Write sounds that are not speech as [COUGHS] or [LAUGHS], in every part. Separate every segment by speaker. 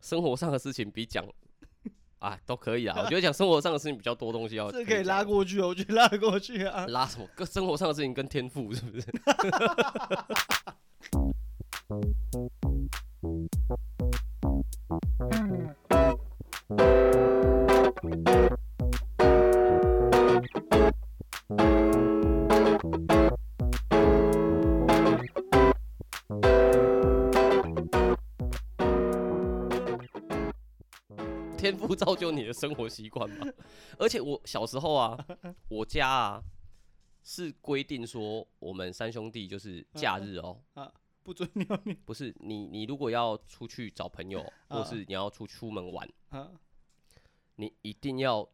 Speaker 1: 生活上的事情比讲啊都可以啊。我觉得讲生活上的事情比较多东西
Speaker 2: [LAUGHS]
Speaker 1: 要
Speaker 2: 这可
Speaker 1: 讲
Speaker 2: 以拉过去哦，我觉得拉过去啊。
Speaker 1: 拉什么？跟生活上的事情跟天赋是不是？ [LAUGHS] 天赋造就你的生活习惯吧。 [LAUGHS] 而且我小时候啊，我家啊是规定说，我们三兄弟就是假
Speaker 2: 嗯
Speaker 1: 日哦，
Speaker 2: 不准尿尿
Speaker 1: 不是你你如果要出去找朋友，
Speaker 2: 嗯
Speaker 1: 或是你要出出门玩，
Speaker 2: 啊！
Speaker 1: 你一定要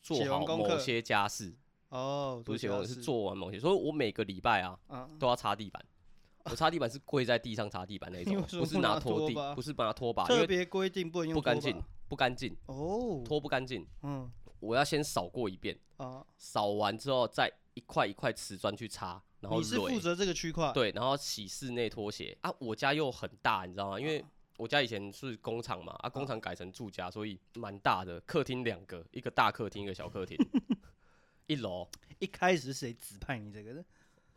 Speaker 1: 做
Speaker 2: 写完
Speaker 1: 好
Speaker 2: 功课
Speaker 1: 某些家事，
Speaker 2: 哦，
Speaker 1: 不是写完是
Speaker 2: 是
Speaker 1: 做完某些。所以我每个礼拜啊
Speaker 2: 啊，
Speaker 1: 都要擦地板。我擦地板是跪在地上擦地板那
Speaker 2: 嗯 [LAUGHS] 你
Speaker 1: 种
Speaker 2: 为
Speaker 1: 哦，
Speaker 2: 什么
Speaker 1: 不是
Speaker 2: 不
Speaker 1: 拿
Speaker 2: 拿
Speaker 1: 拖
Speaker 2: 拖
Speaker 1: 地，
Speaker 2: 把
Speaker 1: 不是把它拖把，因
Speaker 2: 特
Speaker 1: 为
Speaker 2: 别规定不能用
Speaker 1: 不干
Speaker 2: 拖把
Speaker 1: 净，不干净，
Speaker 2: 哦。
Speaker 1: 拖不干净。
Speaker 2: 嗯
Speaker 1: 我要先扫过一遍，
Speaker 2: 啊，
Speaker 1: 扫完之后再一块一块瓷砖去擦，然后
Speaker 2: 你是负
Speaker 1: 垒
Speaker 2: 责这个区块，
Speaker 1: 对，然后洗室内拖鞋啊。我家又很大，你知道吗？因为
Speaker 2: 嗯
Speaker 1: 我家以前是工厂嘛，啊，工厂改成住家，所以蛮大的，客厅两个，一个大客厅，一个小客
Speaker 2: [LAUGHS]
Speaker 1: 厅，一楼、
Speaker 2: 一开始谁指派你这个的？
Speaker 1: 呃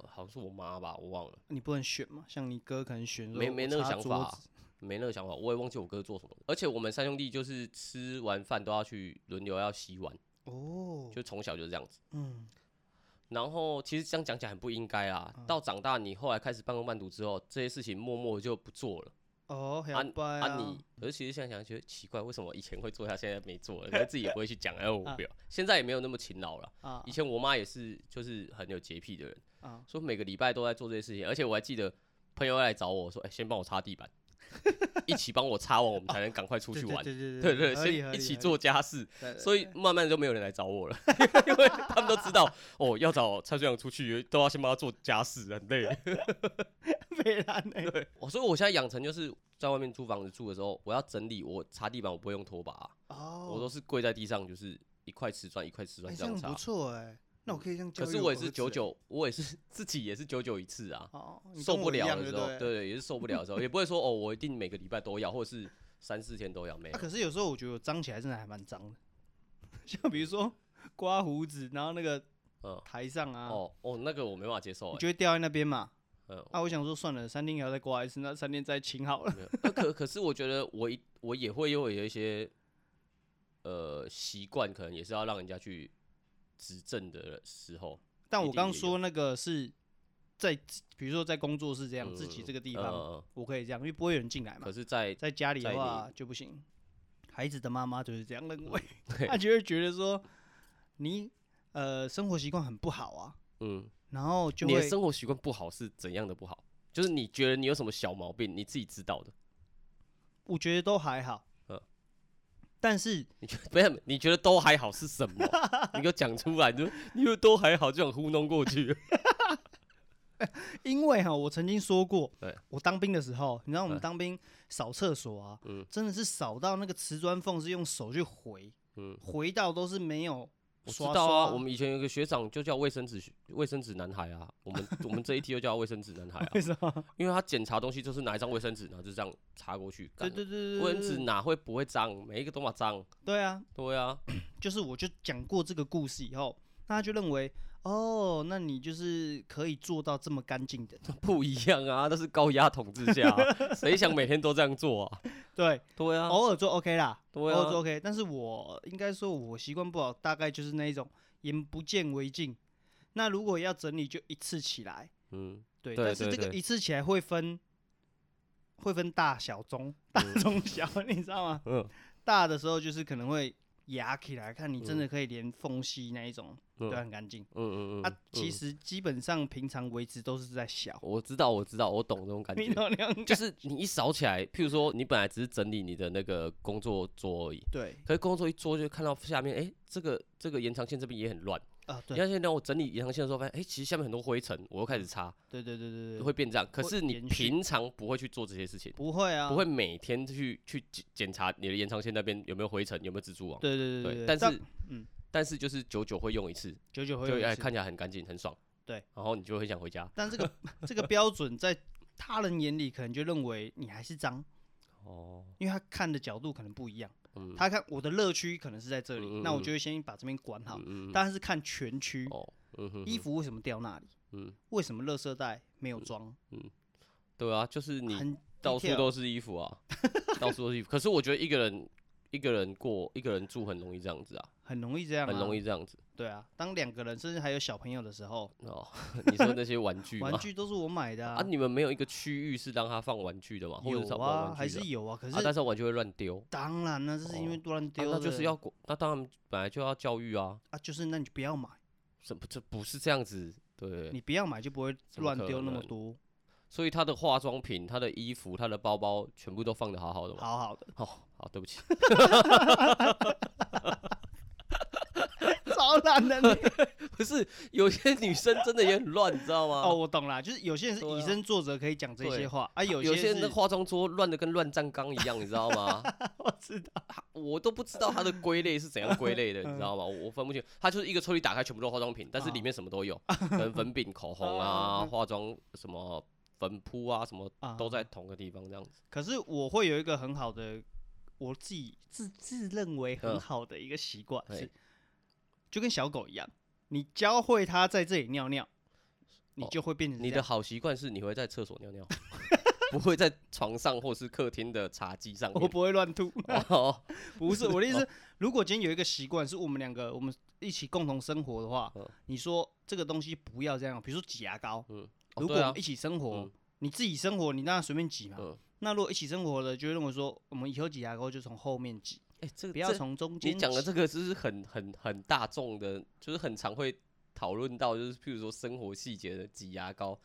Speaker 1: 好像是我妈吧，我忘了，
Speaker 2: 你不能选嘛？像你哥可能选说
Speaker 1: 没没那个
Speaker 2: 我擦
Speaker 1: 想
Speaker 2: 桌
Speaker 1: 法啊
Speaker 2: 子，
Speaker 1: 没那个想法，我也忘记我哥做什么了。而且我们三兄弟就是吃完饭都要去轮流要洗碗，
Speaker 2: 哦，
Speaker 1: 就从小就是这样子。
Speaker 2: 嗯，
Speaker 1: 然后其实这样讲起来很不应该啊。到长大你后来开始半工半读之后，这些事情默默就不做了。
Speaker 2: 哦，
Speaker 1: 啊
Speaker 2: 很拜
Speaker 1: 啊你，可是其实现在想想觉得奇怪，为什么以前会做，他现在没做了？可是自己也不会去讲，哎，
Speaker 2: [LAUGHS]
Speaker 1: 我不要。现在也没有那么勤劳了。
Speaker 2: 啊
Speaker 1: 以前我妈也是，就是很有洁癖的人，
Speaker 2: 啊，
Speaker 1: 说每个礼拜都在做这些事情。而且我还记得朋友来找我说，哎，先帮我擦
Speaker 2: [LAUGHS]
Speaker 1: 地板，一起帮我擦完，我们才能赶快出去玩。
Speaker 2: 哦对对
Speaker 1: 对
Speaker 2: 对
Speaker 1: 对，
Speaker 2: 合理，
Speaker 1: 先一起
Speaker 2: 合理呃
Speaker 1: 做家事。 [LAUGHS]
Speaker 2: 对对
Speaker 1: 所以慢慢就没有人来找我了， [LAUGHS] 因为他们都知道哦，要找蔡学长出去都要先帮他做家事，很累。
Speaker 2: [LAUGHS] 被烂欸
Speaker 1: 对，哦我所以我现在养成就是在外面租房子住的时候，我要整理，我擦地板我不会用拖把啊、我
Speaker 2: 哦，
Speaker 1: 都是跪在地上，就是一块瓷砖一块瓷砖
Speaker 2: 哎这
Speaker 1: 样
Speaker 2: 样
Speaker 1: 擦
Speaker 2: 不。错哎，那我可以这样教
Speaker 1: 可
Speaker 2: 育
Speaker 1: 是
Speaker 2: 我
Speaker 1: 我也是
Speaker 2: 儿子
Speaker 1: 久
Speaker 2: 欸，
Speaker 1: 久，我也是自己也是久久一次啊，
Speaker 2: 哦，你跟
Speaker 1: 受不
Speaker 2: 我一
Speaker 1: 了
Speaker 2: 样
Speaker 1: 的时
Speaker 2: 就
Speaker 1: 候，
Speaker 2: 对
Speaker 1: 对
Speaker 2: 了
Speaker 1: 对，也是受不了的时候，也不会说哦，我一定每个礼拜都要，或者是三四天都要，没有
Speaker 2: 啊，。可是有时候我觉得我脏起来真的还蛮脏的， [LAUGHS] 像比如说刮胡子，然后那个
Speaker 1: 嗯，
Speaker 2: 台上啊，
Speaker 1: 哦哦，那个我没办法接受
Speaker 2: 你
Speaker 1: 哎、
Speaker 2: 就会掉在那边嘛。
Speaker 1: 嗯，
Speaker 2: 啊，我想说算了，三天也要再刮一次，那三天再清
Speaker 1: [LAUGHS]
Speaker 2: 好了。
Speaker 1: 没有呃可可是我觉得我一我也会有有一些呃习惯，可能也是要让人家去指正的时候，
Speaker 2: 但
Speaker 1: 一
Speaker 2: 我
Speaker 1: 定
Speaker 2: 刚
Speaker 1: 也
Speaker 2: 说那个是在自，比如说在工作室这样，自己
Speaker 1: 嗯
Speaker 2: 这个地
Speaker 1: 嗯
Speaker 2: 方、
Speaker 1: 嗯
Speaker 2: 我可以这样，因为不会有人进来
Speaker 1: 嗯
Speaker 2: 嘛
Speaker 1: 可。是在，
Speaker 2: 在家里的
Speaker 1: 在你
Speaker 2: 话就不行，孩子的妈妈就是这样认为， [LAUGHS]
Speaker 1: 对
Speaker 2: 她就会觉得说你呃生活习惯很不好啊，
Speaker 1: 嗯，
Speaker 2: 然后就
Speaker 1: 你的
Speaker 2: 会
Speaker 1: 生活习惯不好是怎样的不好？就是你觉得你有什么小毛病，你自己知道的， [LAUGHS]
Speaker 2: 我觉得都还好
Speaker 1: 嗯，
Speaker 2: 但是
Speaker 1: 你觉得不是？你觉得都还好是什
Speaker 2: [LAUGHS]
Speaker 1: 么？你给我讲出来，你就你就都还好，就想糊弄过
Speaker 2: [LAUGHS]
Speaker 1: 去。
Speaker 2: 因为哈，我曾经说过
Speaker 1: 对，
Speaker 2: 我当兵的时候，你知道我们
Speaker 1: 对
Speaker 2: 当兵扫厕所啊，
Speaker 1: 嗯
Speaker 2: 真的是扫到那个瓷砖缝是用手去回，
Speaker 1: 嗯，
Speaker 2: 回到都是没有
Speaker 1: 我知
Speaker 2: 刷刷。
Speaker 1: 道啊，我
Speaker 2: [LAUGHS]
Speaker 1: 们以前有一个学长就叫卫生纸卫生纸男孩啊，我们我们这一批就叫卫生纸男孩
Speaker 2: [LAUGHS]
Speaker 1: 啊
Speaker 2: 为，什
Speaker 1: [LAUGHS]
Speaker 2: 么？
Speaker 1: 因为他检查东西就是拿一张卫生纸，然后就这样擦过去。
Speaker 2: 对
Speaker 1: 干
Speaker 2: 对对对，
Speaker 1: 卫生
Speaker 2: 对
Speaker 1: 纸哪会不会脏？每一个都嘛脏。
Speaker 2: 对啊，
Speaker 1: 对啊，
Speaker 2: 就是我就讲过这个故事以后，那他就认为哦，那你就是可以做到这么干净的，
Speaker 1: [LAUGHS]
Speaker 2: [LAUGHS]
Speaker 1: 不一样啊，那是高压统治下啊、谁想每天都这样做啊？
Speaker 2: 对，
Speaker 1: 对啊，
Speaker 2: 偶尔做 OK 啦，
Speaker 1: 对
Speaker 2: 偶尔做
Speaker 1: 啊，
Speaker 2: OK，但是我应该说我习惯不好，大概就是那一种眼不见为净。那如果要整理，就一次起来。
Speaker 1: 嗯，
Speaker 2: 对，
Speaker 1: 对
Speaker 2: 但是
Speaker 1: 对
Speaker 2: 这个
Speaker 1: 对
Speaker 2: 一次起来会分，会分大小中，大中小， [LAUGHS] 你知道吗？
Speaker 1: 嗯
Speaker 2: 大的时候就是可能会压起来，看你真的可以连缝隙那一种
Speaker 1: 嗯
Speaker 2: 都很干净。
Speaker 1: 嗯嗯嗯。
Speaker 2: 啊，其
Speaker 1: 嗯
Speaker 2: 实基本上平常维持都是在小，
Speaker 1: 我知道，我知道，我懂这种感
Speaker 2: 你
Speaker 1: 觉。
Speaker 2: 懂那种
Speaker 1: 就
Speaker 2: 感
Speaker 1: 是你一扫起来，譬如说你本来只是整理你的那个工作桌而已，
Speaker 2: 对
Speaker 1: 可是工作一桌就看到下面，哎、这个这个延长线这边也很乱。
Speaker 2: 啊，
Speaker 1: 你
Speaker 2: 对
Speaker 1: 看现在让我整理延长线的时候，发现哎、诶其实下面很多灰尘，我又开始擦，
Speaker 2: 对对对对对，
Speaker 1: 会变这样。可是你
Speaker 2: 延续
Speaker 1: 平常不会去做这些事情。
Speaker 2: 不会啊？
Speaker 1: 不会，每天去去检检查你的延长线那边有没有灰尘，有没有蜘蛛网。
Speaker 2: 对对对
Speaker 1: 但是
Speaker 2: 嗯
Speaker 1: 但是就是久久会用一次，
Speaker 2: 久久会
Speaker 1: 就
Speaker 2: 有
Speaker 1: 哎
Speaker 2: 一次
Speaker 1: 看起来很干净很爽。
Speaker 2: 对，
Speaker 1: 然后你就会很想回家。 [LAUGHS]
Speaker 2: 但这个这个标准在他人眼里可能就认为你还是脏，
Speaker 1: 哦，
Speaker 2: 因为他看的角度可能不一样。
Speaker 1: 嗯，
Speaker 2: 他看我的乐区可能是在这里，
Speaker 1: 嗯嗯
Speaker 2: 那我
Speaker 1: 嗯
Speaker 2: 就会先把这边管好。
Speaker 1: 嗯嗯
Speaker 2: 但他是看全区，
Speaker 1: 哦，嗯哼
Speaker 2: 衣
Speaker 1: 哼，
Speaker 2: 服为什么掉那里？
Speaker 1: 嗯，
Speaker 2: 为什么垃圾袋没有装？
Speaker 1: 对啊，就是你
Speaker 2: 很
Speaker 1: 到处
Speaker 2: detail
Speaker 1: 都是衣服啊，到处都是衣服。可是我觉得一个人一个人过一个人住很容易这样子啊，
Speaker 2: 很容易这样、
Speaker 1: 很容
Speaker 2: 易。
Speaker 1: 易这样子
Speaker 2: 对啊，当两个人甚至还有小朋友的时候，
Speaker 1: 哦。 [LAUGHS] 你说那些玩具
Speaker 2: 玩
Speaker 1: 吗？
Speaker 2: 具都是我买的
Speaker 1: 啊，你们没有一个区域是让他放玩具的吗？或者
Speaker 2: 有
Speaker 1: 是玩玩
Speaker 2: 啊，
Speaker 1: 具
Speaker 2: 还
Speaker 1: 的
Speaker 2: 是有啊。可
Speaker 1: 啊，但
Speaker 2: 是
Speaker 1: 是玩具会乱丢，啊
Speaker 2: 当然了，这是因为乱丢的、
Speaker 1: 那就是要管那当然本来就要教育啊，
Speaker 2: 啊，就是那你就不要买，
Speaker 1: 什么这不是这样子，对。
Speaker 2: 你不要买就不会
Speaker 1: 怎么
Speaker 2: 乱
Speaker 1: 可
Speaker 2: 丢那么
Speaker 1: 能
Speaker 2: 多。
Speaker 1: 所以他的化妆品、他的衣服、他的包包全部都放的好好的嘛。
Speaker 2: 好好的，
Speaker 1: 好、哦好，对不起， [LAUGHS]
Speaker 2: 超懒
Speaker 1: [LAUGHS]
Speaker 2: 的 [LAUGHS] 你。
Speaker 1: 不是有些女生真的也很乱，你知道吗？
Speaker 2: [LAUGHS] 哦，，我懂啦，就是有些人是
Speaker 1: 对
Speaker 2: 以
Speaker 1: 啊
Speaker 2: 身作则，可以讲这些
Speaker 1: 对
Speaker 2: 话啊，有
Speaker 1: 有些
Speaker 2: 些
Speaker 1: 人的
Speaker 2: 是
Speaker 1: 化妆桌乱的跟乱葬岗一样，你知道
Speaker 2: [LAUGHS]
Speaker 1: 吗？
Speaker 2: 我知道，
Speaker 1: 我都不知道它的归类是怎样归
Speaker 2: [LAUGHS]
Speaker 1: 类的，你知道吗？我我分不清，它就是一个抽屉打开全部都是化妆品，但是里面什么都
Speaker 2: [LAUGHS]
Speaker 1: 有，可能粉饼、口红
Speaker 2: 啊
Speaker 1: 啊、化妆什么粉扑啊，什么
Speaker 2: 啊
Speaker 1: 都在同个地方这样子。
Speaker 2: 可是我会有一个很好的，我自己自自认为很
Speaker 1: 嗯
Speaker 2: 好的一个习惯
Speaker 1: 嘿
Speaker 2: 是，就跟小狗一样，你教会它在这里尿尿，你
Speaker 1: 哦
Speaker 2: 就会变成这
Speaker 1: 你的
Speaker 2: 样
Speaker 1: 好习惯是你会在厕所尿
Speaker 2: [LAUGHS]
Speaker 1: 尿，不会在床上或是客厅的茶几上
Speaker 2: 我
Speaker 1: 面。
Speaker 2: 不会乱吐，
Speaker 1: 哦，
Speaker 2: [LAUGHS] 不是
Speaker 1: 是
Speaker 2: 我的意思。如果今天有一个习惯是我们两个我们一起共同生活的话
Speaker 1: 嗯，
Speaker 2: 你说这个东西不要这样，比如说挤牙膏，
Speaker 1: 哦
Speaker 2: 如果
Speaker 1: 对
Speaker 2: 我
Speaker 1: 啊
Speaker 2: 们一，起生活
Speaker 1: 嗯，
Speaker 2: 你自己生活，你当然随便挤嘛
Speaker 1: 嗯。
Speaker 2: 那如果一起生活的，就会认为说，我们以后挤牙膏就从后面挤，
Speaker 1: 哎，这个
Speaker 2: 不要
Speaker 1: 这
Speaker 2: 从中间
Speaker 1: 你
Speaker 2: 挤。
Speaker 1: 讲的这个就是很很很大众的，就是很常会讨论到，就是譬如说生活细节的挤牙膏，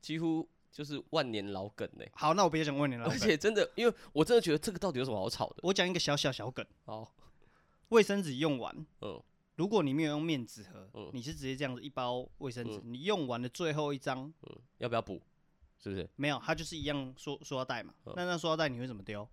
Speaker 1: 几乎就是万年老梗嘞、
Speaker 2: 好，那我别讲问你了。
Speaker 1: 而且真的，因为我真的觉得这个到底有什么好吵的？
Speaker 2: 我讲一个小小小梗，
Speaker 1: 好，
Speaker 2: 卫生纸用完，
Speaker 1: 嗯，
Speaker 2: 如果你没有用面纸盒，
Speaker 1: 嗯
Speaker 2: 你是直接这样子一包卫生纸，你用完的最后一张
Speaker 1: 嗯要不要补？是不是？
Speaker 2: 没有，它就是一样塑塑料袋嘛。
Speaker 1: 嗯
Speaker 2: 那那塑料袋你会怎么丢？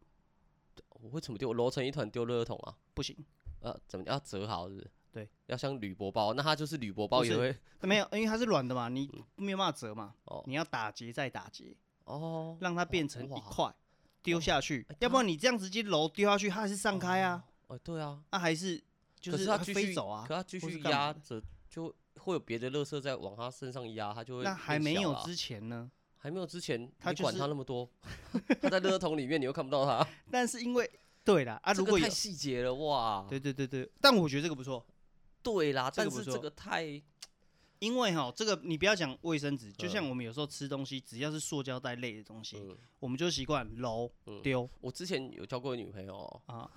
Speaker 1: 我会怎么丢？揉成一团丢垃圾桶啊？
Speaker 2: 不行，
Speaker 1: 呃，怎么要折好？是不是？
Speaker 2: 对，
Speaker 1: 要像铝箔包，那它就是铝箔包
Speaker 2: 不
Speaker 1: 也
Speaker 2: 是
Speaker 1: 会
Speaker 2: 没
Speaker 1: [LAUGHS]
Speaker 2: 有，因为它是软的嘛，你没有办法折嘛，
Speaker 1: 哦
Speaker 2: 你要打结再打结，
Speaker 1: 哦。
Speaker 2: 让它变成一
Speaker 1: 哇
Speaker 2: 块丢下去
Speaker 1: 哎，
Speaker 2: 要不然你这样直接揉丢下去，它还是散开啊，
Speaker 1: 哦，对啊，
Speaker 2: 那还是就
Speaker 1: 可
Speaker 2: 是
Speaker 1: 它
Speaker 2: 它
Speaker 1: 继
Speaker 2: 飞
Speaker 1: 续
Speaker 2: 走啊
Speaker 1: 可。它继
Speaker 2: 或是
Speaker 1: 续
Speaker 2: 干嘛
Speaker 1: 压
Speaker 2: 的
Speaker 1: 着，就会有别的垃圾在往它身上压，它就会
Speaker 2: 那还
Speaker 1: 变
Speaker 2: 没
Speaker 1: 小
Speaker 2: 有
Speaker 1: 啊
Speaker 2: 之前呢，
Speaker 1: 还没有之前，
Speaker 2: 他
Speaker 1: 你
Speaker 2: 就
Speaker 1: 管
Speaker 2: 是
Speaker 1: 他那么多， [LAUGHS] 他在垃圾桶里面，你又看不到他。
Speaker 2: 但是因为对啦 [LAUGHS] 啊，
Speaker 1: 这
Speaker 2: 如
Speaker 1: 个
Speaker 2: 果有
Speaker 1: 太细节了哇！
Speaker 2: 对对对对，啊但我觉得这个不错，
Speaker 1: 对啦，
Speaker 2: 这
Speaker 1: 但
Speaker 2: 个不
Speaker 1: 是这
Speaker 2: 错
Speaker 1: 个太
Speaker 2: 因为哈，这个你不要讲卫生纸，就
Speaker 1: 嗯
Speaker 2: 像我们有时候吃东西，只要是塑胶袋类的东西，
Speaker 1: 嗯
Speaker 2: 我们就习惯揉
Speaker 1: 嗯
Speaker 2: 丢
Speaker 1: 我之前有交过女朋友，
Speaker 2: 啊，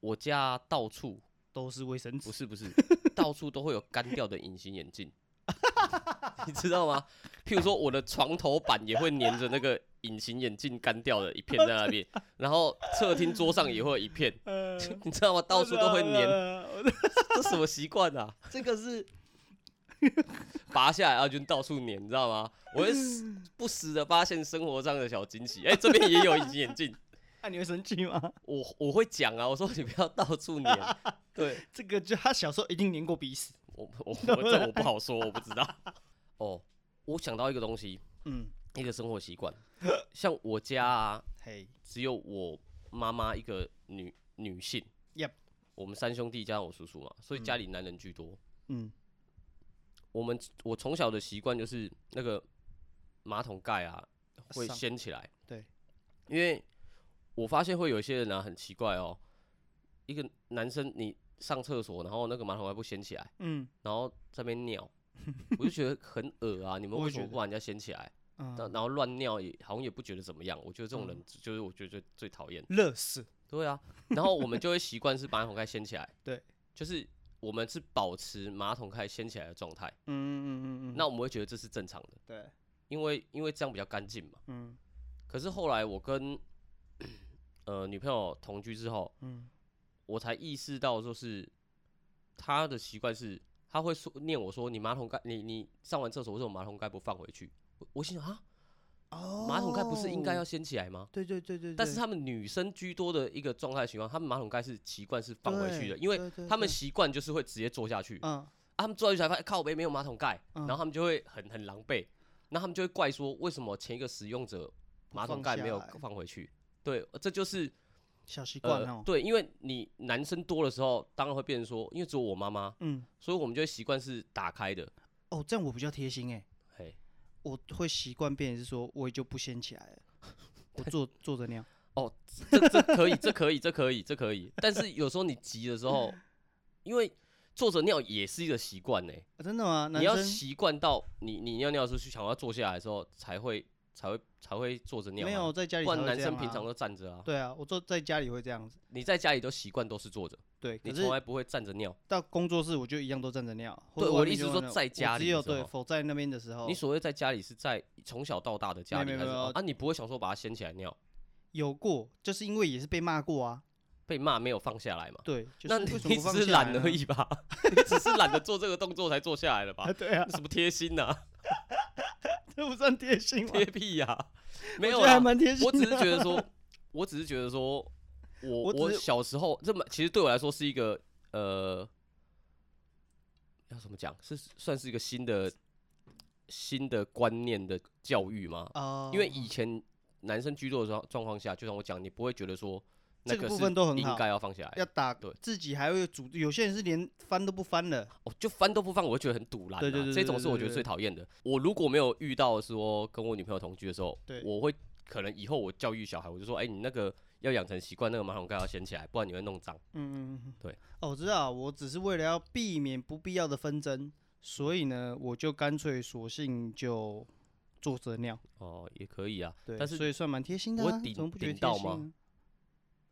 Speaker 1: 我家到处
Speaker 2: 都是卫生
Speaker 1: 不
Speaker 2: 纸。
Speaker 1: 是
Speaker 2: [LAUGHS]
Speaker 1: 不是，到处都会有干掉的隐形眼镜， [LAUGHS] 你知道吗？譬如说我的床头板也会粘着那个隐形眼镜干掉的一片在那
Speaker 2: [LAUGHS]
Speaker 1: 边，然后客厅桌上也会有一片，
Speaker 2: 呃
Speaker 1: 你知道吗？到处都会粘，
Speaker 2: 粘，
Speaker 1: 这什么习惯啊？
Speaker 2: [LAUGHS] 这个是
Speaker 1: 拔下来，然后就到处粘，你知道吗？我会时不时的发现生活上的小惊喜。哎、这边也有隐形眼镜，
Speaker 2: [LAUGHS] 那、你会生气吗？
Speaker 1: 我我会讲啊，我说你不要到处粘。对
Speaker 2: 这个就他小时候一定粘过鼻屎。
Speaker 1: 我我我这我不好说，我不知道。哦，我想到一个东西，
Speaker 2: 嗯，
Speaker 1: 一个生活习惯，像我家啊，
Speaker 2: 嘿，
Speaker 1: 只有我妈妈一个女女性
Speaker 2: Yep
Speaker 1: 我们三兄弟加上我叔叔嘛，所以家里男人居多。
Speaker 2: 嗯，
Speaker 1: 我们我从小的习惯就是那个马桶盖啊会
Speaker 2: 上
Speaker 1: 掀起来，
Speaker 2: 对，
Speaker 1: 因为我发现会有一些人啊很奇怪哦，一个男生你上厕所，然后那个马桶盖不掀起来，
Speaker 2: 嗯
Speaker 1: 然后在那边
Speaker 2: [LAUGHS]
Speaker 1: 尿，我就觉得很恶啊！你们
Speaker 2: 我也
Speaker 1: 为什
Speaker 2: 觉
Speaker 1: 么
Speaker 2: 得
Speaker 1: 不把人家掀起来？
Speaker 2: 嗯，
Speaker 1: 然然后乱尿也好像也不觉得怎么样，我觉得这种人就是我觉得最最讨厌。
Speaker 2: 乐死。
Speaker 1: 对啊，然后我们就会习惯是把马桶盖掀起来，
Speaker 2: [LAUGHS] 对，
Speaker 1: 就是我们是保持马桶盖掀起来的状态，
Speaker 2: 嗯嗯嗯嗯嗯，
Speaker 1: 那我们会觉得这是正常的。
Speaker 2: 对，
Speaker 1: 因为因为这样比较干净嘛。
Speaker 2: 嗯
Speaker 1: 可是后来我跟呃女朋友同居之后，
Speaker 2: 嗯，
Speaker 1: 我才意识到，就是她的习惯是，她会说念我说你马桶盖，你你上完厕所为什么马桶盖不放回去？我我心想啊，
Speaker 2: 哦
Speaker 1: 马桶盖不是应该要？掀起来吗？
Speaker 2: 对对对对对，
Speaker 1: 但是他们女生居多的一个状态情况，他们马桶盖是习惯是放回去的，因为他们
Speaker 2: 对
Speaker 1: 习惯就是会直接坐下去，啊、
Speaker 2: 嗯
Speaker 1: 他们坐下去才发现靠背没有马桶盖，
Speaker 2: 嗯
Speaker 1: 然后他们就会很很狼狈，那他们就会怪说为什么前一个使用者马桶
Speaker 2: 放
Speaker 1: 盖
Speaker 2: 下
Speaker 1: 没有
Speaker 2: 来
Speaker 1: 放回去。对，这就是
Speaker 2: 小习惯
Speaker 1: 呃
Speaker 2: 哦，，
Speaker 1: 对，因为你男生多的时候，当然会变成说，因为只有我妈妈，
Speaker 2: 嗯，
Speaker 1: 所以我们就会习惯是打开的。
Speaker 2: 哦，这样我比较贴心哎、
Speaker 1: 嘿，
Speaker 2: 我会习惯变成是说，我也就不掀起来了，
Speaker 1: [LAUGHS]
Speaker 2: 我坐坐着尿。啊
Speaker 1: 这这可以，这 [LAUGHS] 可以，这可以，这可以。但是有时候你急的时候，
Speaker 2: [LAUGHS]
Speaker 1: 因为坐着尿也是一个习惯呢，
Speaker 2: 啊真的吗？男
Speaker 1: 你要
Speaker 2: 生
Speaker 1: 习惯到你你尿尿的时候去想要坐下来的时候，才会才会才会坐着尿、啊。
Speaker 2: 没有在家里
Speaker 1: 不
Speaker 2: 才
Speaker 1: 然
Speaker 2: 会这样啊，
Speaker 1: 男生平常都站着啊。
Speaker 2: 对啊，我坐在家里会这样子。
Speaker 1: 你在家里都习惯都是坐着，
Speaker 2: 对，
Speaker 1: 你
Speaker 2: 可是
Speaker 1: 从来不会站着尿。
Speaker 2: 到工作室我就一样都站着尿。或
Speaker 1: 对
Speaker 2: 者
Speaker 1: 我的
Speaker 2: 外面
Speaker 1: 意思
Speaker 2: 就是
Speaker 1: 说
Speaker 2: 那种
Speaker 1: 在
Speaker 2: 我
Speaker 1: 家里
Speaker 2: 只有
Speaker 1: 的时
Speaker 2: 对
Speaker 1: 候
Speaker 2: 否在那边的时候
Speaker 1: 你，所谓在家里是在从小到大的家
Speaker 2: 哦没
Speaker 1: 里，
Speaker 2: 有
Speaker 1: 还是
Speaker 2: 没有没有
Speaker 1: 啊？你不会想说把它掀起来尿，
Speaker 2: 有过，就是因为也是被骂过啊。
Speaker 1: 被骂没有放下来嘛？
Speaker 2: 对，就
Speaker 1: 那
Speaker 2: 是
Speaker 1: 你
Speaker 2: 为什么
Speaker 1: [LAUGHS] 你
Speaker 2: 不
Speaker 1: 只
Speaker 2: 放
Speaker 1: 是
Speaker 2: 下
Speaker 1: 懒
Speaker 2: 来
Speaker 1: 而
Speaker 2: 呢
Speaker 1: 已吧？ [LAUGHS] 你只是懒得做这个动作才做下来了吧
Speaker 2: [LAUGHS] 啊？对啊，
Speaker 1: 那什么贴心呐、
Speaker 2: [LAUGHS] 这不算贴心吗？
Speaker 1: 贴屁呀、没有
Speaker 2: 我觉得还
Speaker 1: 啦，
Speaker 2: 蛮贴心的。
Speaker 1: 我只是觉得说，我只是觉得说，我
Speaker 2: 我只
Speaker 1: 我
Speaker 2: 是
Speaker 1: 小时候这么，其实对我来说是一个呃，要怎么讲，是算是一个新的新的观念的教育吗？
Speaker 2: 啊，
Speaker 1: 因为以前男生居多的状状况下，就像我讲，你不会觉得说那
Speaker 2: 这个
Speaker 1: 个
Speaker 2: 部
Speaker 1: 是
Speaker 2: 分都很
Speaker 1: 应
Speaker 2: 好
Speaker 1: 该要放下来，
Speaker 2: 要打
Speaker 1: 对
Speaker 2: 自己还会主，有些人是连翻都不翻了。
Speaker 1: 哦，就翻都不翻，我会觉得很堵然、啊。
Speaker 2: 对对对
Speaker 1: 这
Speaker 2: 对
Speaker 1: 种是
Speaker 2: 对
Speaker 1: 我觉得
Speaker 2: 对
Speaker 1: 最讨厌的。我如果没有遇到说跟我女朋友同居的时候
Speaker 2: 对，
Speaker 1: 我会可能以后我教育小孩，我就说，哎、你那个要养成习惯，那个马桶盖要掀起来，不然你会弄脏。
Speaker 2: 嗯，嗯嗯
Speaker 1: 对。
Speaker 2: 哦，我知道，我只是为了要避免不必要的纷争，所以呢，我就干脆索性就坐着尿。
Speaker 1: 哦，也可以啊，
Speaker 2: 对，
Speaker 1: 但是
Speaker 2: 所以算蛮贴心的、
Speaker 1: 不会
Speaker 2: 啊，
Speaker 1: 顶
Speaker 2: 怎么不觉得
Speaker 1: 顶到
Speaker 2: 贴心
Speaker 1: 吗
Speaker 2: 啊？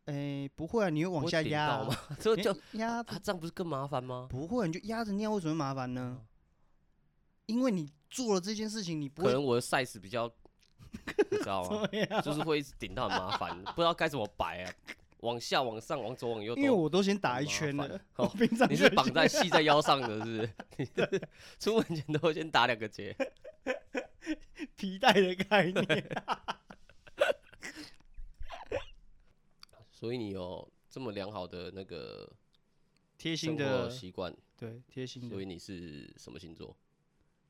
Speaker 2: 哎，不会啊，你会
Speaker 1: 不
Speaker 2: 往
Speaker 1: 会
Speaker 2: 下
Speaker 1: 顶
Speaker 2: 压、
Speaker 1: 到
Speaker 2: 啊
Speaker 1: 吗？， [LAUGHS] 这
Speaker 2: 哎
Speaker 1: 就
Speaker 2: 压着
Speaker 1: 啊，这样不是更麻烦吗？
Speaker 2: 不会啊，你就压着尿，为什么会麻烦呢？因为你做了这件事情，你不
Speaker 1: 可
Speaker 2: 会
Speaker 1: 能我的 size 比较，你知
Speaker 2: [LAUGHS]
Speaker 1: 道吗？
Speaker 2: 对呀、
Speaker 1: 就是会一直顶到很麻烦，不知道该怎么摆啊，往下、往上、往左、往右
Speaker 2: [LAUGHS] 因为
Speaker 1: 都。
Speaker 2: 我都先打
Speaker 1: 很
Speaker 2: 一
Speaker 1: 麻
Speaker 2: 圈
Speaker 1: 烦
Speaker 2: 了，
Speaker 1: 哦
Speaker 2: 我平 [LAUGHS] 常
Speaker 1: 你
Speaker 2: 就是已
Speaker 1: 绑
Speaker 2: 经
Speaker 1: 在系在腰上的，是不是？
Speaker 2: [LAUGHS]
Speaker 1: 你是出门前都会先打两个结。
Speaker 2: 皮带的概念。
Speaker 1: [LAUGHS] 所以你有这么良好的那个
Speaker 2: 贴
Speaker 1: 生活
Speaker 2: 心的，
Speaker 1: 习惯，
Speaker 2: 对，贴心
Speaker 1: 所
Speaker 2: 的，
Speaker 1: 以你是什么星座？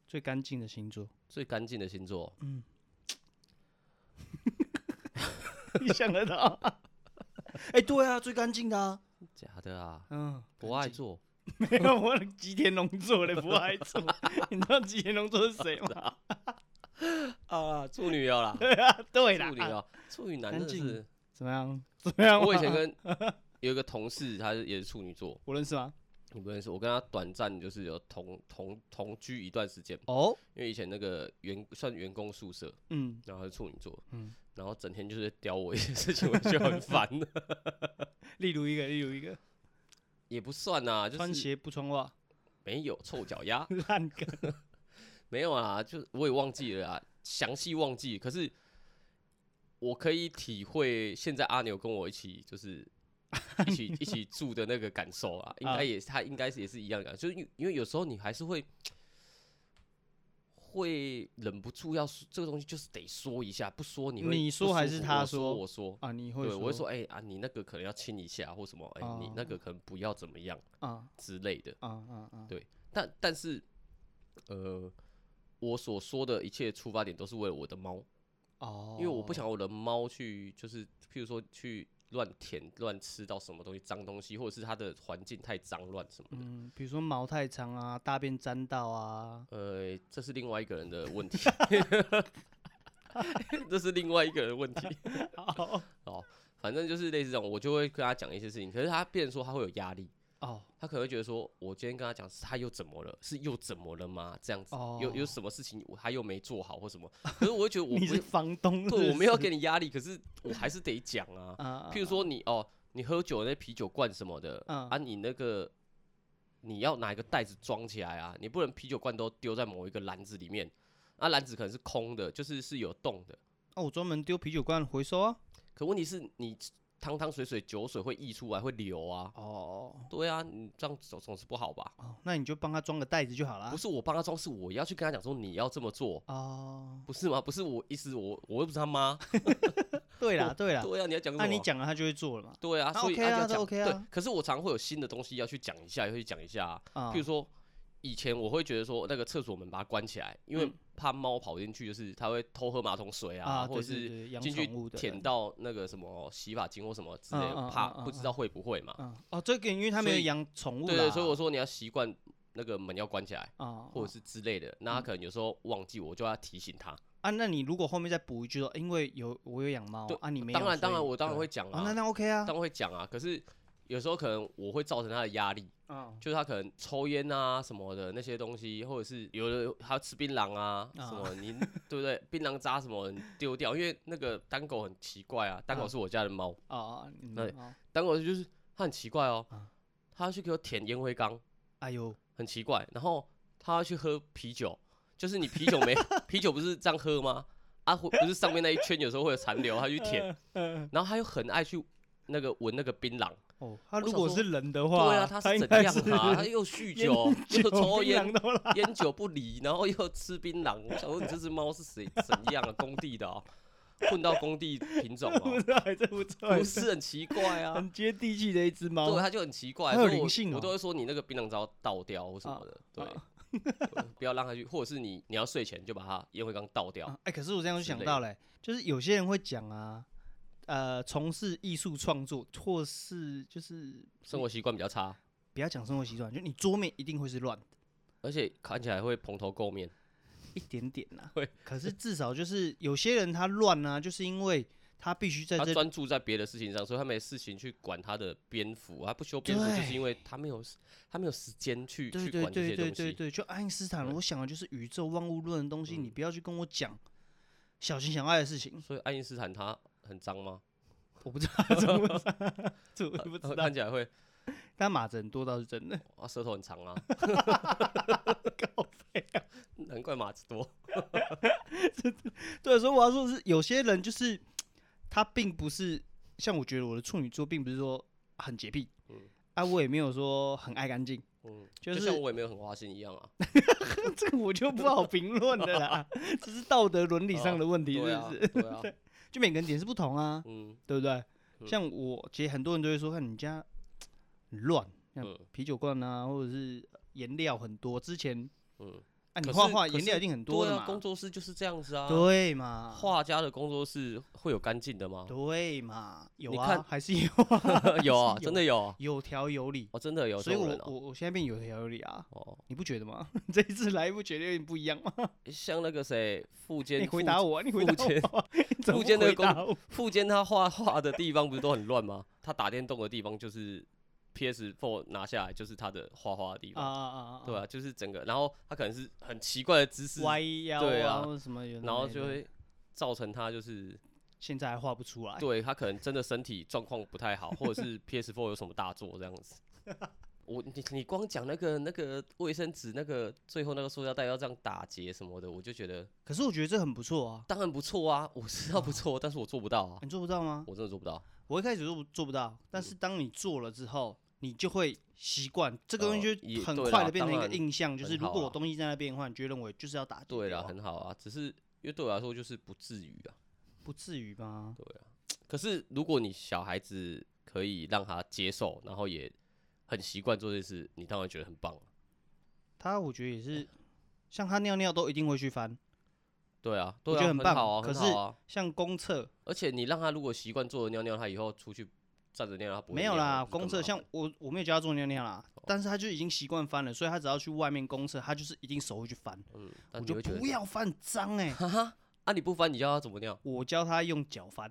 Speaker 2: 最干净的星座。
Speaker 1: 最干净的星座？
Speaker 2: 嗯，你
Speaker 1: [LAUGHS]
Speaker 2: 想得到？哎、对啊，最干净的啊。
Speaker 1: 假的啊，
Speaker 2: 嗯，
Speaker 1: 不爱做。
Speaker 2: [LAUGHS] 没有我的吉田龙座的不爱
Speaker 1: [LAUGHS]
Speaker 2: 做，你知道吉田龙座是谁吗？
Speaker 1: 啊，处女要
Speaker 2: [LAUGHS]
Speaker 1: 啦，
Speaker 2: 对啊，对
Speaker 1: 处女
Speaker 2: 啦。
Speaker 1: 要，处女男
Speaker 2: 干
Speaker 1: 真的
Speaker 2: 净
Speaker 1: 是。
Speaker 2: 怎么样？ [LAUGHS] 怎么样吗？
Speaker 1: 我以前跟有一个同事，他是也是处女座，
Speaker 2: 我认识吗？
Speaker 1: 你不认识。我跟他短暂就是有同同同居一段时间，
Speaker 2: 哦，
Speaker 1: 因为以前那个员算员工宿舍，
Speaker 2: 嗯，
Speaker 1: 然后他是处女座，
Speaker 2: 嗯
Speaker 1: 然后整天就是刁我一些事情，我就很烦的。
Speaker 2: 例如一个，例如一个，
Speaker 1: [LAUGHS] 也不算啊，就
Speaker 2: 穿
Speaker 1: 是
Speaker 2: 鞋不穿袜，
Speaker 1: 没有臭脚丫，
Speaker 2: 烂梗。
Speaker 1: [LAUGHS] 没有啊，就我也忘记了啊，详细忘记。可是我可以体会现在阿牛跟我一起就是
Speaker 2: [LAUGHS]
Speaker 1: 一起一起住的那个感受啊，应该也是他应该是也是一样的感受，就是因为因为有时候你还是会会忍不住要说这个东西，就是得说一下，不说你会
Speaker 2: 你
Speaker 1: 不
Speaker 2: 说
Speaker 1: 舒
Speaker 2: 还是
Speaker 1: 服
Speaker 2: 他
Speaker 1: 我说？
Speaker 2: 说
Speaker 1: 我说。
Speaker 2: 啊，你会
Speaker 1: 对，我会说，哎、啊，你那个可能要亲一下或什么，哎、你那
Speaker 2: 哦
Speaker 1: 个可能不要怎么样
Speaker 2: 啊
Speaker 1: 之类的。
Speaker 2: 啊啊啊，
Speaker 1: 对但但是，呃，我所说的一切出发点都是为了我的猫，
Speaker 2: 哦，
Speaker 1: 因为我不想我的猫去，就是譬如说去乱舔、乱吃到什么东西、脏东西，或者是它的环境太脏乱什么的。
Speaker 2: 嗯，比如说毛太长啊，大便沾到啊，
Speaker 1: 呃，这是另外一个人的问题， [LAUGHS] 这是另外一个人的问题。 [LAUGHS] 哦，反正就是类似这种，我就会跟他讲一些事情，可是他变成说他会有压力。
Speaker 2: 哦
Speaker 1: 他可能会觉得说，我今天跟他讲，他又怎么了？是又怎么了吗？这样子，有有
Speaker 2: 哦
Speaker 1: 什么事情我他又没做好或什么？ [LAUGHS] 可是我会觉得我
Speaker 2: 你
Speaker 1: 不
Speaker 2: 是房东是不是，
Speaker 1: 对我没有给你压力，可是我还是得讲啊。
Speaker 2: [LAUGHS] 啊，
Speaker 1: 譬如说你哦，你喝酒那啤酒罐什么的，
Speaker 2: 嗯
Speaker 1: 啊，你那个你要拿一个袋子装起来啊，你不能啤酒罐都丢在某一个篮子里面，啊，篮子可能是空的，就是是有洞的。
Speaker 2: 哦，我专门丢啤酒罐回收啊，
Speaker 1: 可问题是你汤汤水水酒水会溢出来，会流啊。
Speaker 2: 哦
Speaker 1: 对啊，你这样总总是不好吧？
Speaker 2: 哦，那你就帮他装个袋子就好啦
Speaker 1: 不。是我帮他装，是我要去跟他讲说你要这么做，
Speaker 2: 哦，
Speaker 1: 不是吗？不是我意思，我我又不是他妈。
Speaker 2: 对啦 [LAUGHS] 对啦，
Speaker 1: 对啊，你要讲什么？
Speaker 2: 那你讲了他就会做了嘛，
Speaker 1: 对啊，
Speaker 2: 那
Speaker 1: 所以
Speaker 2: OK
Speaker 1: 啊
Speaker 2: 啊
Speaker 1: 要
Speaker 2: 这
Speaker 1: 讲
Speaker 2: OK
Speaker 1: 对
Speaker 2: 啊，
Speaker 1: 可是我常会有新的东西要去讲一下，要去讲一下啊。
Speaker 2: 啊
Speaker 1: 譬如，说，以前我会觉得说那个厕所门把它关起来，因为
Speaker 2: 嗯
Speaker 1: 怕猫跑进去，就是它会偷喝马桶水
Speaker 2: 啊，
Speaker 1: 或者
Speaker 2: 对对
Speaker 1: 是
Speaker 2: 对养
Speaker 1: 进去
Speaker 2: 宠物的
Speaker 1: 舔
Speaker 2: 人
Speaker 1: 到那个什么洗发精或什么之类的，
Speaker 2: 嗯嗯
Speaker 1: 怕
Speaker 2: 嗯嗯
Speaker 1: 不知道会不会嘛。
Speaker 2: 嗯，哦，这个因为他
Speaker 1: 所
Speaker 2: 没有
Speaker 1: 以
Speaker 2: 养宠物啦，
Speaker 1: 对对，所以我说你要习惯那个门要关起来，
Speaker 2: 啊，
Speaker 1: 或者是之类的。
Speaker 2: 嗯
Speaker 1: 那他可能有时候忘记，我就要提醒他。
Speaker 2: 啊，那你如果后面再补一句说，因为有我有养猫
Speaker 1: 对
Speaker 2: 啊，你没有，
Speaker 1: 当然，当然，
Speaker 2: 所以
Speaker 1: 我当然
Speaker 2: 对
Speaker 1: 会讲
Speaker 2: 啊，那
Speaker 1: 啊，
Speaker 2: 那 OK 啊
Speaker 1: 当，然会讲啊。可是有时候可能我会造成他的压力，
Speaker 2: 嗯，
Speaker 1: 就是他可能抽烟啊什么的那些东西，或者是有的他吃槟榔啊
Speaker 2: 啊
Speaker 1: 什么，你对不对？槟榔渣什么你丢掉，因为那个单狗很奇怪啊，单狗
Speaker 2: 啊
Speaker 1: 是我家的猫，
Speaker 2: 哦哦，嗯
Speaker 1: 对
Speaker 2: 哦
Speaker 1: 单狗就是它很奇怪哦
Speaker 2: 啊，
Speaker 1: 它去给我舔烟灰缸，
Speaker 2: 哎呦，
Speaker 1: 很奇怪，然后它要去喝啤酒，就是你啤酒
Speaker 2: [LAUGHS]
Speaker 1: 没啤酒不是这样喝吗？啊，会不是上面那一圈有时候会有残留，它去
Speaker 2: [LAUGHS]
Speaker 1: 舔，然后它又很爱去那个闻那个槟榔。
Speaker 2: 哦，他
Speaker 1: 我
Speaker 2: 如
Speaker 1: 想
Speaker 2: 果
Speaker 1: 说
Speaker 2: 是人的话，
Speaker 1: 对啊，它
Speaker 2: 他
Speaker 1: 是
Speaker 2: 应
Speaker 1: 怎
Speaker 2: 该
Speaker 1: 样
Speaker 2: 是
Speaker 1: 啊？
Speaker 2: [LAUGHS]
Speaker 1: 它又酗
Speaker 2: 烟
Speaker 1: 酒，又抽
Speaker 2: 酒槟
Speaker 1: 烟
Speaker 2: 榔，都啦，
Speaker 1: 烟酒不离，然后又吃槟榔。我想说，你这只猫是谁怎样啊？工地的啊，混到工地品种
Speaker 2: [LAUGHS] 不
Speaker 1: 啊，
Speaker 2: 知道还真不错，
Speaker 1: 不是很奇怪啊？
Speaker 2: 很接地气的一只猫
Speaker 1: 对，，它就很奇怪，
Speaker 2: 它哦有
Speaker 1: 所以我
Speaker 2: 灵性哦
Speaker 1: 我都会说你那个槟榔渣倒掉或什么的，
Speaker 2: 啊
Speaker 1: 对，对不要让它去，或者是你你要睡前就把它烟灰缸倒掉
Speaker 2: 啊。哎，可是我这样就
Speaker 1: 之
Speaker 2: 想
Speaker 1: 类
Speaker 2: 到嘞，就是有些人会讲啊。呃，从事艺术创作，或是就是
Speaker 1: 生活习惯比较差，
Speaker 2: 不要讲生活习惯，就你桌面一定会是乱的，
Speaker 1: 而且看起来会蓬头垢面。
Speaker 2: 一点点呐、
Speaker 1: 会
Speaker 2: 可是至少就是有些人他乱啊，就是因为他必须在
Speaker 1: 他
Speaker 2: 这
Speaker 1: 专注在别的事情上，所以他没事情去管他的蝙蝠。他不修边幅，
Speaker 2: 对
Speaker 1: 就是因为他没有他没有时间去
Speaker 2: 对
Speaker 1: 去
Speaker 2: 对
Speaker 1: 管这
Speaker 2: 对
Speaker 1: 些
Speaker 2: 对
Speaker 1: 东
Speaker 2: 对
Speaker 1: 西。
Speaker 2: 对，就爱因斯坦，
Speaker 1: 对
Speaker 2: 我想的就是宇宙万物论的东西，
Speaker 1: 嗯
Speaker 2: 你不要去跟我讲小情小爱的事情，
Speaker 1: 所以爱因斯坦他很脏吗？
Speaker 2: 我不知道 [LAUGHS] 怎么
Speaker 1: [LAUGHS]
Speaker 2: 回事，这我也不知道
Speaker 1: 看。起来会
Speaker 2: 但马子很多倒是真的，
Speaker 1: 啊，舌头很长
Speaker 2: [LAUGHS]
Speaker 1: 啊，
Speaker 2: 啊
Speaker 1: [LAUGHS] 难怪马子多。
Speaker 2: 对，所以我要说的是，有些人就是他并不是像我觉得我的处女座并不是说很洁癖，
Speaker 1: 嗯
Speaker 2: 啊，我也没有说很爱干净。
Speaker 1: 嗯，
Speaker 2: 就
Speaker 1: 就是像我也没有很花心一样啊。
Speaker 2: [LAUGHS] 这个我就不好评论了
Speaker 1: [LAUGHS]
Speaker 2: 啦，这是道德伦理上的问题，是
Speaker 1: 对啊
Speaker 2: 不是？，
Speaker 1: 对啊，
Speaker 2: 就每个人点是不同啊，
Speaker 1: 嗯
Speaker 2: 对不对？
Speaker 1: 嗯
Speaker 2: 像我，其实很多人都会说，看你家很乱，像
Speaker 1: 嗯
Speaker 2: 啤酒罐啊，或者是颜料很多。之前
Speaker 1: 嗯，
Speaker 2: 啊，你
Speaker 1: 可
Speaker 2: 画
Speaker 1: 是
Speaker 2: 画
Speaker 1: 可
Speaker 2: 颜料
Speaker 1: 是
Speaker 2: 一定很多
Speaker 1: 对
Speaker 2: 的
Speaker 1: 啊，
Speaker 2: 嘛
Speaker 1: 工，作室就是这样子啊。
Speaker 2: 对嘛，
Speaker 1: 画家的工作室会有干净的吗？
Speaker 2: 对嘛，有
Speaker 1: 你
Speaker 2: 啊
Speaker 1: 看，
Speaker 2: 还
Speaker 1: [LAUGHS]
Speaker 2: 是有啊，
Speaker 1: 有啊，
Speaker 2: 还 [LAUGHS] 是
Speaker 1: 真的有啊，
Speaker 2: 有条有理。
Speaker 1: 哦，真的有
Speaker 2: 所
Speaker 1: 这
Speaker 2: 以
Speaker 1: 种
Speaker 2: 我
Speaker 1: 人哦。
Speaker 2: 我我现在变有条有理啊，
Speaker 1: 哦，
Speaker 2: 你不觉得吗？ [LAUGHS] 这一次来不觉得有点不一样吗？ [LAUGHS]
Speaker 1: 像那个谁，富坚，
Speaker 2: 你回答
Speaker 1: 富
Speaker 2: 我啊，你回答
Speaker 1: 附件
Speaker 2: 我啊，你怎么
Speaker 1: 附
Speaker 2: 不
Speaker 1: 件那
Speaker 2: 回
Speaker 1: 个
Speaker 2: 答我？
Speaker 1: 富坚他画画的地方不是都很乱吗？他打电动的地方就是 PS4 拿下来就是他的画画的地
Speaker 2: 啊
Speaker 1: 方，
Speaker 2: 啊啊！
Speaker 1: 对啊，就是整个，然后他可能是很奇怪的姿势，
Speaker 2: 歪腰
Speaker 1: 对
Speaker 2: 啊，
Speaker 1: 啊
Speaker 2: 或者什么有的没的，
Speaker 1: 然后就会造成他就是
Speaker 2: 现在还画不出来。
Speaker 1: 对他可能真的身体状况不太好，或者是 [LAUGHS] PS4 有什么大作这样子。我你你光讲那个那个卫生纸那个最后那个塑料袋要这样打结什么的，我就觉得
Speaker 2: 可是我觉得这很不错啊，
Speaker 1: 当然不错啊，我知道不错，但是我做不到啊，
Speaker 2: 你做不到吗？
Speaker 1: 我真的做不到。
Speaker 2: 我一开始做不做不到，但是当你做了之后，你就会习惯这个东西，
Speaker 1: 呃也
Speaker 2: 就很
Speaker 1: 对啦
Speaker 2: 快的变成一个
Speaker 1: 当然
Speaker 2: 印象，就是
Speaker 1: 很
Speaker 2: 如
Speaker 1: 好
Speaker 2: 果
Speaker 1: 啊
Speaker 2: 我东西在那边的话，你就会认为就是要打击
Speaker 1: 对
Speaker 2: 掉
Speaker 1: 啦，
Speaker 2: 啊
Speaker 1: 很好啊，只是因为对我来说就是不至于啊。
Speaker 2: 不至于吧？
Speaker 1: 可是如果你小孩子可以让他接受，然后也很习惯做这件事，你当然觉得很棒、啊。
Speaker 2: 他我觉得也是，像他尿尿都一定会去翻，
Speaker 1: 对啊，
Speaker 2: 我
Speaker 1: 对啊，
Speaker 2: 觉得很棒
Speaker 1: 好啊，
Speaker 2: 可
Speaker 1: 很
Speaker 2: 是
Speaker 1: 好啊。
Speaker 2: 像公厕
Speaker 1: 而且你让他如果习惯坐着尿尿，他以后出去站着尿尿，他不会
Speaker 2: 没有
Speaker 1: 尿
Speaker 2: 啦，
Speaker 1: 就更
Speaker 2: 公厕
Speaker 1: 麻烦哦
Speaker 2: 像我我没有教他做尿尿啦，但是他就已经习惯翻了，所以他只要去外面公厕，他就是一定手会去翻，
Speaker 1: 嗯，
Speaker 2: 我
Speaker 1: 但你
Speaker 2: 就
Speaker 1: 会觉得
Speaker 2: 不要翻很脏
Speaker 1: [LAUGHS]
Speaker 2: 哎、？
Speaker 1: 哈哈啊！你不翻，你叫他怎么尿
Speaker 2: [LAUGHS] 我教他用脚翻。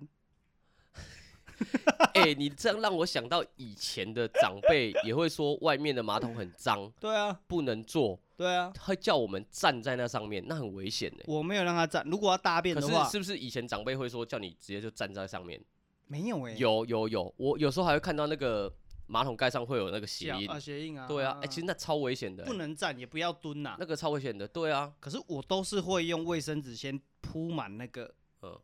Speaker 1: 哎、你这样让我想到以前的长辈也会说外面的马桶很脏，
Speaker 2: 对啊，
Speaker 1: 不能坐，
Speaker 2: 对啊，
Speaker 1: 他叫我们站在那上面，那很危险呢、欸
Speaker 2: 我没有让他站。如果要大便
Speaker 1: 可
Speaker 2: 的
Speaker 1: 是
Speaker 2: 话，
Speaker 1: 是不是以前长辈会说叫你直接就站在上面？
Speaker 2: 没有哎、
Speaker 1: 有有有，我有时候还会看到那个马桶盖上会有那个鞋
Speaker 2: 脚
Speaker 1: 印。
Speaker 2: 啊，鞋印啊，
Speaker 1: 对啊，哎、其实那超危险的欸、欸
Speaker 2: 不能站，也不要蹲呐、
Speaker 1: 那个超危险的。对啊，
Speaker 2: 可是我都是会用卫生纸先铺满那个，
Speaker 1: 嗯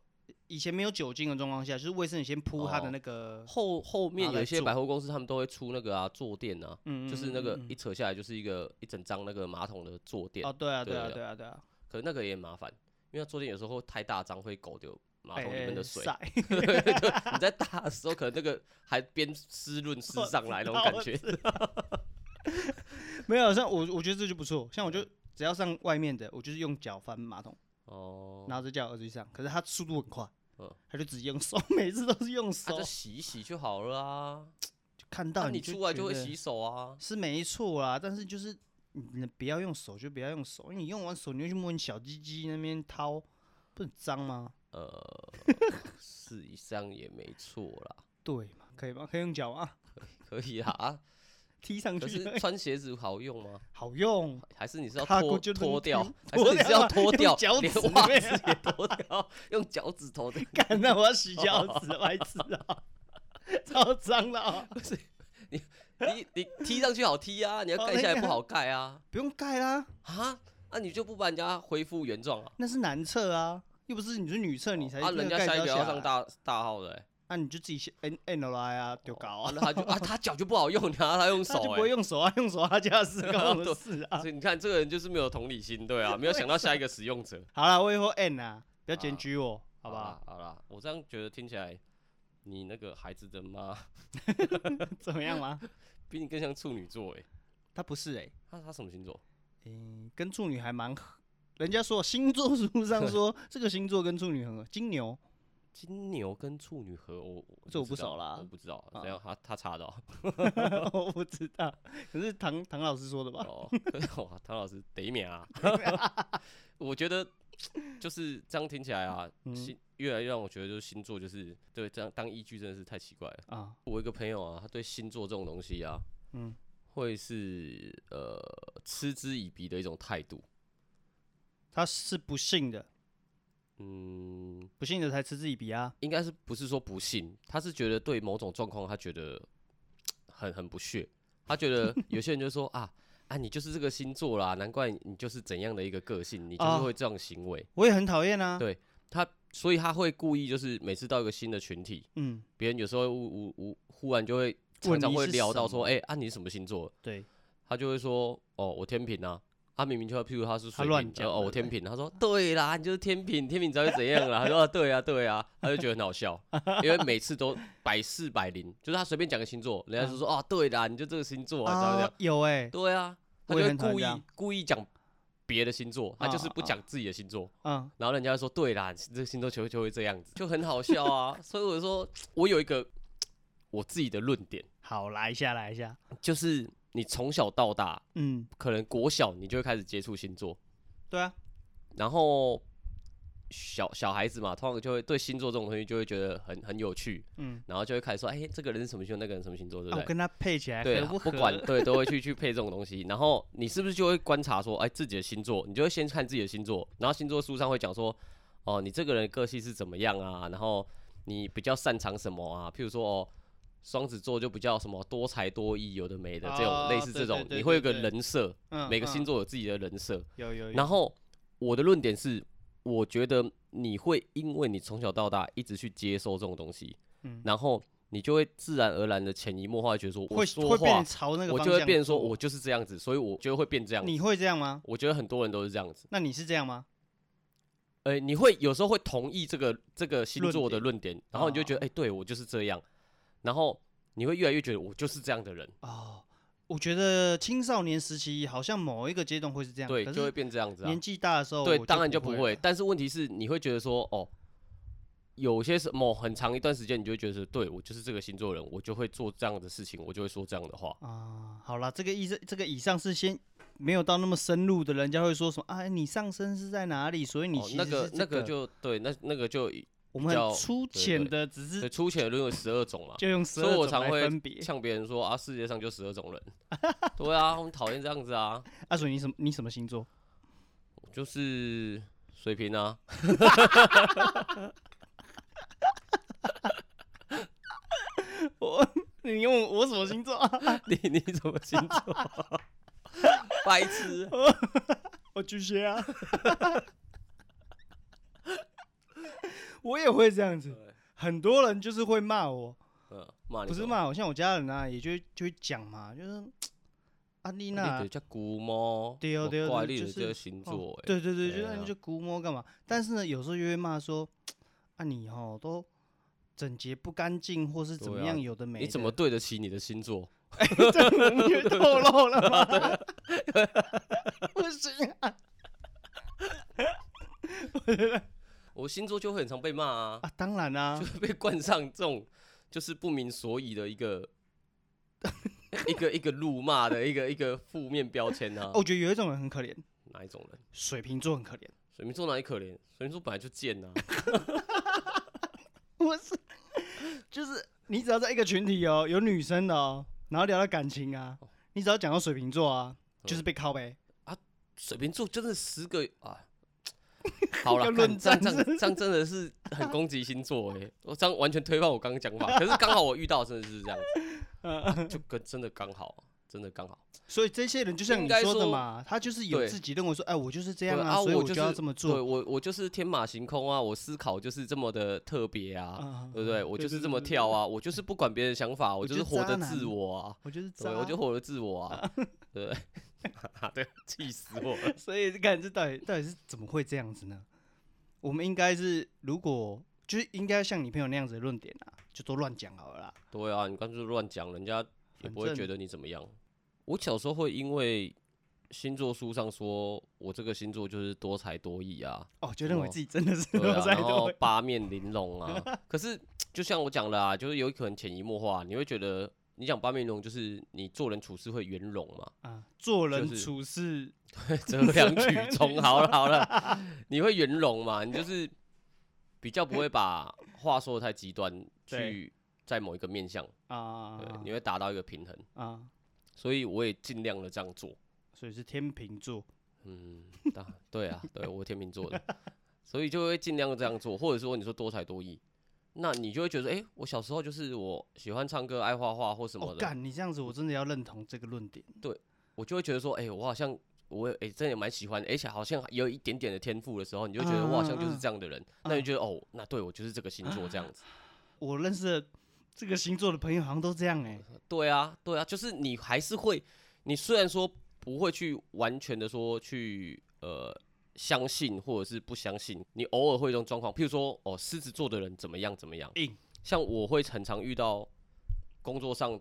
Speaker 2: 以前没有酒精的状况下，就是卫生纸先铺它的
Speaker 1: 哦
Speaker 2: 那个，
Speaker 1: 后后面
Speaker 2: 拿
Speaker 1: 有
Speaker 2: 来
Speaker 1: 一些
Speaker 2: 啊做
Speaker 1: 百货公司他们都会出那个啊坐垫啊，
Speaker 2: 嗯，
Speaker 1: 就是那
Speaker 2: 嗯
Speaker 1: 个
Speaker 2: 嗯嗯
Speaker 1: 一扯下来就是一个一整张那个马桶的坐垫，
Speaker 2: 哦，对啊，对
Speaker 1: 对
Speaker 2: 啊，
Speaker 1: 对
Speaker 2: 对啊，对啊，
Speaker 1: 可是那个也很麻烦，因为它坐垫有时候太大张会狗丢马
Speaker 2: 哎
Speaker 1: 桶里面
Speaker 2: 哎
Speaker 1: 的 [LAUGHS] 水。
Speaker 2: 晒
Speaker 1: 就你在搭的时候，可能那个还边湿润湿上来那种感觉。
Speaker 2: [LAUGHS] 没有，像我我觉得这就不错，像我就只要上外面的，我就是用脚翻马桶，
Speaker 1: 哦，
Speaker 2: 然后再叫我儿子去上。可是他速度很快
Speaker 1: 嗯，
Speaker 2: 他就只用手， [LAUGHS] 每次都是用
Speaker 1: 那
Speaker 2: 手
Speaker 1: 啊就。洗一洗就好了啊。
Speaker 2: 就看
Speaker 1: 那
Speaker 2: 到
Speaker 1: 你
Speaker 2: 就
Speaker 1: 出来
Speaker 2: 觉
Speaker 1: 就会
Speaker 2: 得
Speaker 1: 洗手啊。
Speaker 2: 是没错啦，但是就是你不要用手就不要用手，因为你用完手你就去摸你小鸡鸡那边掏，不是很脏吗？
Speaker 1: 呃， [LAUGHS] 是以上也没错啦，
Speaker 2: 对嘛，可以吗？可以用脚啊，
Speaker 1: 可以啦。啊
Speaker 2: 踢上
Speaker 1: 可
Speaker 2: 去
Speaker 1: 是
Speaker 2: 而已
Speaker 1: 穿鞋子好用吗？
Speaker 2: 好用， [LAUGHS]
Speaker 1: 还是你是要
Speaker 2: 踏
Speaker 1: 脱
Speaker 2: 过就能
Speaker 1: 脱掉
Speaker 2: 脱？
Speaker 1: [LAUGHS] 还是你是要脱
Speaker 2: 脱
Speaker 1: 掉
Speaker 2: 掉啊？用脚
Speaker 1: 连
Speaker 2: 趾
Speaker 1: 袜
Speaker 2: 对
Speaker 1: 子也脱掉，用脚趾头的。
Speaker 2: 干那我要洗脚
Speaker 1: 哦
Speaker 2: 趾，白痴啊， [LAUGHS] 超脏的啊，
Speaker 1: [LAUGHS] 你你踢上去好踢啊，你要
Speaker 2: 哦
Speaker 1: 盖
Speaker 2: 那
Speaker 1: 下来
Speaker 2: 个
Speaker 1: 不好盖啊
Speaker 2: 不用盖啦，
Speaker 1: 啊！那你就不把人家恢复原状啊？
Speaker 2: 那是男厕啊，又不是你是女厕，你才
Speaker 1: 啊，
Speaker 2: 那个
Speaker 1: 人家
Speaker 2: 盖
Speaker 1: 下
Speaker 2: 子
Speaker 1: 一个要
Speaker 2: 要
Speaker 1: 上
Speaker 2: 来，
Speaker 1: 大大号的欸，
Speaker 2: 那啊你就自己先 n n 了来啊，丢搞
Speaker 1: 啊
Speaker 2: [LAUGHS] 啊，
Speaker 1: 那他就啊，他脚就不好用，然后他用
Speaker 2: [LAUGHS] 他就
Speaker 1: 手
Speaker 2: 不
Speaker 1: 哎
Speaker 2: 会。用手啊，用手他家的事，关我的事
Speaker 1: [LAUGHS]
Speaker 2: 啊。
Speaker 1: 所以你看，这个人就是没有同理心，对
Speaker 2: [LAUGHS]
Speaker 1: 啊，没有想到下一个使用者。
Speaker 2: 好啦，我以后 N 啊，不要
Speaker 1: 啊
Speaker 2: 检举我，好不好？
Speaker 1: 啦？好啦，我这样觉得听起来，你那个孩子的妈
Speaker 2: [LAUGHS] 怎么样吗？
Speaker 1: 比你更像处女座哎。
Speaker 2: 他不是哎、欸，
Speaker 1: 他他什么星座？
Speaker 2: 嗯，跟处女还蛮合。人家说星座书上说这个星座跟处女很合，金牛 [LAUGHS]
Speaker 1: 金牛跟处女合，我我
Speaker 2: 这我不
Speaker 1: 知道
Speaker 2: 熟啦
Speaker 1: 我不知道，
Speaker 2: 啊
Speaker 1: 怎样他他查到
Speaker 2: 我不知道，可是唐唐老师说的吧？
Speaker 1: [LAUGHS] 哦，哇，唐老师得免
Speaker 2: [LAUGHS]
Speaker 1: 啊！我觉得就是这样听起来啊，
Speaker 2: 嗯
Speaker 1: 星越来越让我觉得就是星座就是对这样当依据真的是太奇怪了。
Speaker 2: 啊，
Speaker 1: 我一个朋友啊，他对星座这种东西啊，
Speaker 2: 嗯，
Speaker 1: 会是呃嗤之以鼻的一种态度。
Speaker 2: 他是不信的，
Speaker 1: 嗯，
Speaker 2: 不信的才嗤之以鼻啊。
Speaker 1: 应该是不是说不信，他是觉得对某种状况，他觉得很很不屑。他觉
Speaker 2: [LAUGHS]
Speaker 1: 得有些人就说啊啊，你就是这个星座啦，难怪你就是怎样的一个个性，你就是
Speaker 2: 啊
Speaker 1: 会这种行为。
Speaker 2: 我也很讨厌啊
Speaker 1: 对。他所以他会故意就是每次到一个新的群体，
Speaker 2: 嗯，
Speaker 1: 别人有时候无无无忽然就会
Speaker 2: 问
Speaker 1: 常常
Speaker 2: 你
Speaker 1: 会
Speaker 2: 是
Speaker 1: 聊到
Speaker 2: 什
Speaker 1: 说，
Speaker 2: 么
Speaker 1: 哎、啊你是什么星座？
Speaker 2: 对，
Speaker 1: 他就会说哦我天平啊。他、明明就要，譬如他是水
Speaker 2: 乱
Speaker 1: 瓶，
Speaker 2: 讲
Speaker 1: 哦，我
Speaker 2: 对
Speaker 1: 天
Speaker 2: 不
Speaker 1: 平，他说对啦，你就是天平，天平才会怎样啦。他说、啊、对啊，对啊，他就觉得很好笑，因为每次都百试百灵，就是他随便讲个星座，人家就说哦，对啦，你就这个星座啊，才会这
Speaker 2: 啊
Speaker 1: 样。，
Speaker 2: 有哎，
Speaker 1: 对啊，他
Speaker 2: 我
Speaker 1: 就
Speaker 2: 也
Speaker 1: 会
Speaker 2: 很
Speaker 1: 故
Speaker 2: 讨厌这
Speaker 1: 意
Speaker 2: 样
Speaker 1: 故意讲别的星座，他就是
Speaker 2: 啊
Speaker 1: 不
Speaker 2: 啊
Speaker 1: 讲自己的星座，
Speaker 2: 嗯，
Speaker 1: 然后人家就说对啦，你这个星座就会就会这样子，就很好笑啊。 [LAUGHS] 所以我说，我有一个我自己的论点，
Speaker 2: 好，来一下，来一下，
Speaker 1: 就是你从小到大，
Speaker 2: 嗯，
Speaker 1: 可能国小你就会开始接触星座。
Speaker 2: 对啊，
Speaker 1: 然后小小孩子嘛，通常就会对星座这种东西就会觉得很很有趣，
Speaker 2: 嗯，
Speaker 1: 然后就会开始说，哎、这个人是什么星座，那个人什么星座，对
Speaker 2: 啊
Speaker 1: 不
Speaker 2: 我
Speaker 1: 对？
Speaker 2: 跟他配起来
Speaker 1: 对
Speaker 2: 合
Speaker 1: 啊，
Speaker 2: 合
Speaker 1: 不管
Speaker 2: [LAUGHS]
Speaker 1: 对，都会去去配这种东西。然后你是不是就会观察说，哎、自己的星座，你就会先看自己的星座，然后星座书上会讲说，哦，你这个人的个性是怎么样啊？然后你比较擅长什么啊？譬如说，哦，双子座就比较什么多才多艺，有的没的这种、类
Speaker 2: 啊
Speaker 1: 似
Speaker 2: 对
Speaker 1: 这种，
Speaker 2: 对对
Speaker 1: 你会有个
Speaker 2: 对对
Speaker 1: 人设，
Speaker 2: 嗯
Speaker 1: 每个
Speaker 2: 嗯
Speaker 1: 星座有自己的人设。
Speaker 2: 有有有，
Speaker 1: 然后我的论点是，我觉得你会因为你从小到大一直去接受这种东西，
Speaker 2: 嗯
Speaker 1: 然后你就会自然而然的潜移默化地觉得说，我
Speaker 2: 会
Speaker 1: 说
Speaker 2: 会变
Speaker 1: 话
Speaker 2: 成朝那个
Speaker 1: 我
Speaker 2: 方
Speaker 1: 就
Speaker 2: 向
Speaker 1: 会变成说
Speaker 2: 做
Speaker 1: 我就是这样子，所以我就会变这样子。
Speaker 2: 你会这样吗？
Speaker 1: 我觉得很多人都是这样子，
Speaker 2: 那你是这样吗？
Speaker 1: 呃，你会有时候会同意这个这个星
Speaker 2: 论
Speaker 1: 座的
Speaker 2: 点
Speaker 1: 论点，然后你就觉得，哎、对我就是这样，然后你会越来越觉得我就是这样的人，
Speaker 2: 哦，我觉得青少年时期好像某一个阶段会是这样，
Speaker 1: 对，
Speaker 2: 可
Speaker 1: 就会
Speaker 2: 是
Speaker 1: 变这样子啊
Speaker 2: 年。纪大的时候，
Speaker 1: 对
Speaker 2: 我，
Speaker 1: 当然就
Speaker 2: 不
Speaker 1: 不
Speaker 2: 会
Speaker 1: 会。
Speaker 2: 了。
Speaker 1: 但是问题是，你会觉得说，哦，有些是某很长一段时间，你就会觉得是，对我就是这个星座人，我就会做这样的事情，我就会说这样的话。
Speaker 2: 啊，好啦，这个意思，这个以上是先没有到那么深入的，人家会说什么啊？你上升是在哪里？所以你
Speaker 1: 哦
Speaker 2: 其、实
Speaker 1: 那
Speaker 2: 是
Speaker 1: 个
Speaker 2: 这
Speaker 1: 那
Speaker 2: 个
Speaker 1: 个就对，那那个就以
Speaker 2: 我们
Speaker 1: 比较
Speaker 2: 很粗
Speaker 1: 对
Speaker 2: 浅
Speaker 1: 对
Speaker 2: 的，只是
Speaker 1: 对粗浅的论有十二种嘛，
Speaker 2: 就用十
Speaker 1: 所
Speaker 2: 二
Speaker 1: 以我
Speaker 2: 种
Speaker 1: 常
Speaker 2: 来
Speaker 1: 会
Speaker 2: 分别。
Speaker 1: 像别人说啊，世界上就十二
Speaker 2: [LAUGHS]
Speaker 1: 种人，对啊，我们讨厌这样子啊，
Speaker 2: 阿水，所以你什么你什么星 [LAUGHS] 座？
Speaker 1: 就是水平啊， [LAUGHS]
Speaker 2: 你问我我什么星座啊？
Speaker 1: 你你什么星座？ [LAUGHS] 白痴，
Speaker 2: [LAUGHS] 我巨蟹啊， [LAUGHS] 我也会这样子。很多人就是会骂我，
Speaker 1: 嗯，骂你
Speaker 2: 不是
Speaker 1: 什么，
Speaker 2: 骂我，像我家人啊，也就会就会讲嘛，就是阿丽娜
Speaker 1: 你就叫姑猫，
Speaker 2: 啊对哦
Speaker 1: 我
Speaker 2: 对哦
Speaker 1: 怪
Speaker 2: 对
Speaker 1: 你
Speaker 2: 就
Speaker 1: 的
Speaker 2: 是
Speaker 1: 这个星
Speaker 2: 哦
Speaker 1: 座，哎
Speaker 2: 对对对，
Speaker 1: 对
Speaker 2: 就
Speaker 1: 啊
Speaker 2: 是你就估摸干嘛？但是呢，有时候又会骂说，啊你哦都整洁不干净，或是怎么
Speaker 1: 对啊
Speaker 2: 样，有的没的， [LAUGHS]
Speaker 1: 你怎么对得起你的星座？
Speaker 2: 哎，这我们就透露了
Speaker 1: [LAUGHS]
Speaker 2: 吗？ [LAUGHS] 不行啊！
Speaker 1: 我星座就会很常被骂啊，
Speaker 2: 啊，当然啦、
Speaker 1: 就会 [LAUGHS] 被冠上这种就是不明所以的一个
Speaker 2: [LAUGHS]
Speaker 1: 一个一个辱骂的一个一个负面标签啊
Speaker 2: 哦。我觉得有一种人很可怜，
Speaker 1: 哪一种人？
Speaker 2: 水瓶座很可怜。
Speaker 1: 水瓶座哪里可怜？水瓶座本来就贱啊呐、
Speaker 2: 我是，就是你只要在一个群体哦，有女生的哦，然后聊到感情啊，
Speaker 1: 哦
Speaker 2: 你只要讲到水瓶座啊，
Speaker 1: 嗯
Speaker 2: 就是被
Speaker 1: [LAUGHS]
Speaker 2: 靠呗。
Speaker 1: 水瓶座真的十个啊，好了，
Speaker 2: [LAUGHS] 要
Speaker 1: 干
Speaker 2: 论
Speaker 1: 这样
Speaker 2: 战
Speaker 1: 这样这样真的是很攻击星座哎、我这样完全推翻我刚刚讲法，可是刚好我遇到真的是这样子，啊就跟真的刚好，啊真的刚好。
Speaker 2: 嗯所以这些人就像
Speaker 1: 应
Speaker 2: 你
Speaker 1: 该
Speaker 2: 说的
Speaker 1: 说
Speaker 2: 嘛，他就是有
Speaker 1: 对
Speaker 2: 自己认为说，哎，我就是这样
Speaker 1: 对
Speaker 2: 啊，所以
Speaker 1: 我
Speaker 2: 就是要这么
Speaker 1: 对
Speaker 2: 做。
Speaker 1: 我我就是天马行空啊，我思考就是这么的特别啊，
Speaker 2: 啊
Speaker 1: 对不对？我就是这么跳，啊，我就是不管别人的想法，我就是
Speaker 2: 就是
Speaker 1: 活
Speaker 2: 渣
Speaker 1: 得
Speaker 2: 男
Speaker 1: 自我啊，
Speaker 2: 对对对对对我就是
Speaker 1: 对，
Speaker 2: 渣
Speaker 1: 我就活得自我 [LAUGHS] 啊，对不对？对，气死我了。
Speaker 2: 所以你看这到底到底是怎么会这样子呢？我们应该是如果就是应该像你朋友那样子的论点啊，就都乱讲好了啦。
Speaker 1: [LAUGHS] 对啊，你干脆乱讲，人家也
Speaker 2: 反
Speaker 1: 不会觉
Speaker 2: 正
Speaker 1: 得你怎么样。我小时候会因为星座书上说我这个星座就是多才多艺啊，
Speaker 2: 哦，就认为
Speaker 1: 哦
Speaker 2: 自己真的是
Speaker 1: 对
Speaker 2: 多
Speaker 1: 啊，
Speaker 2: 才
Speaker 1: 然后
Speaker 2: 多艺
Speaker 1: 八面玲珑啊。可是就像我讲了啊，就是有可能潜移默化，你会觉得你讲八面玲�珑就是你做人处事会圆融嘛， [LAUGHS]
Speaker 2: 啊，做人
Speaker 1: 就是
Speaker 2: 处事
Speaker 1: 折两曲中，好了好了，你会圆融嘛，你就是比较不会把话说的太极端，
Speaker 2: 对
Speaker 1: 去在某一个面向，
Speaker 2: 啊
Speaker 1: 对，你会达到一个平衡。
Speaker 2: 啊，
Speaker 1: 所以我也尽量的这样做。
Speaker 2: 所以是天秤座。
Speaker 1: 嗯，大对啊，对我天秤座的， [LAUGHS] 所以就会尽量这样做，或者说你说多才多艺，那你就会觉得，哎、我小时候就是我喜欢唱歌、爱画画或什
Speaker 2: 哦，
Speaker 1: 么的，
Speaker 2: 干，你这样子我真的要认同这个论点。
Speaker 1: 我就会觉得说，哎、我好像我哎、诶真的蛮喜欢，而且好像有一点点的天赋的时候，你就觉
Speaker 2: 啊
Speaker 1: 得我好像就是这样的人，那你就觉得哦，那对我就是这个星座这样子，
Speaker 2: 我认识的这个星座的朋友好像都这样哎、
Speaker 1: 对啊，对啊，就是你还是会，你虽然说不会去完全的说去呃相信或者是不相信，你偶尔会有一种状况，譬如说哦狮子座的人怎么样怎么样，
Speaker 2: 硬
Speaker 1: 像我会很常遇到工作上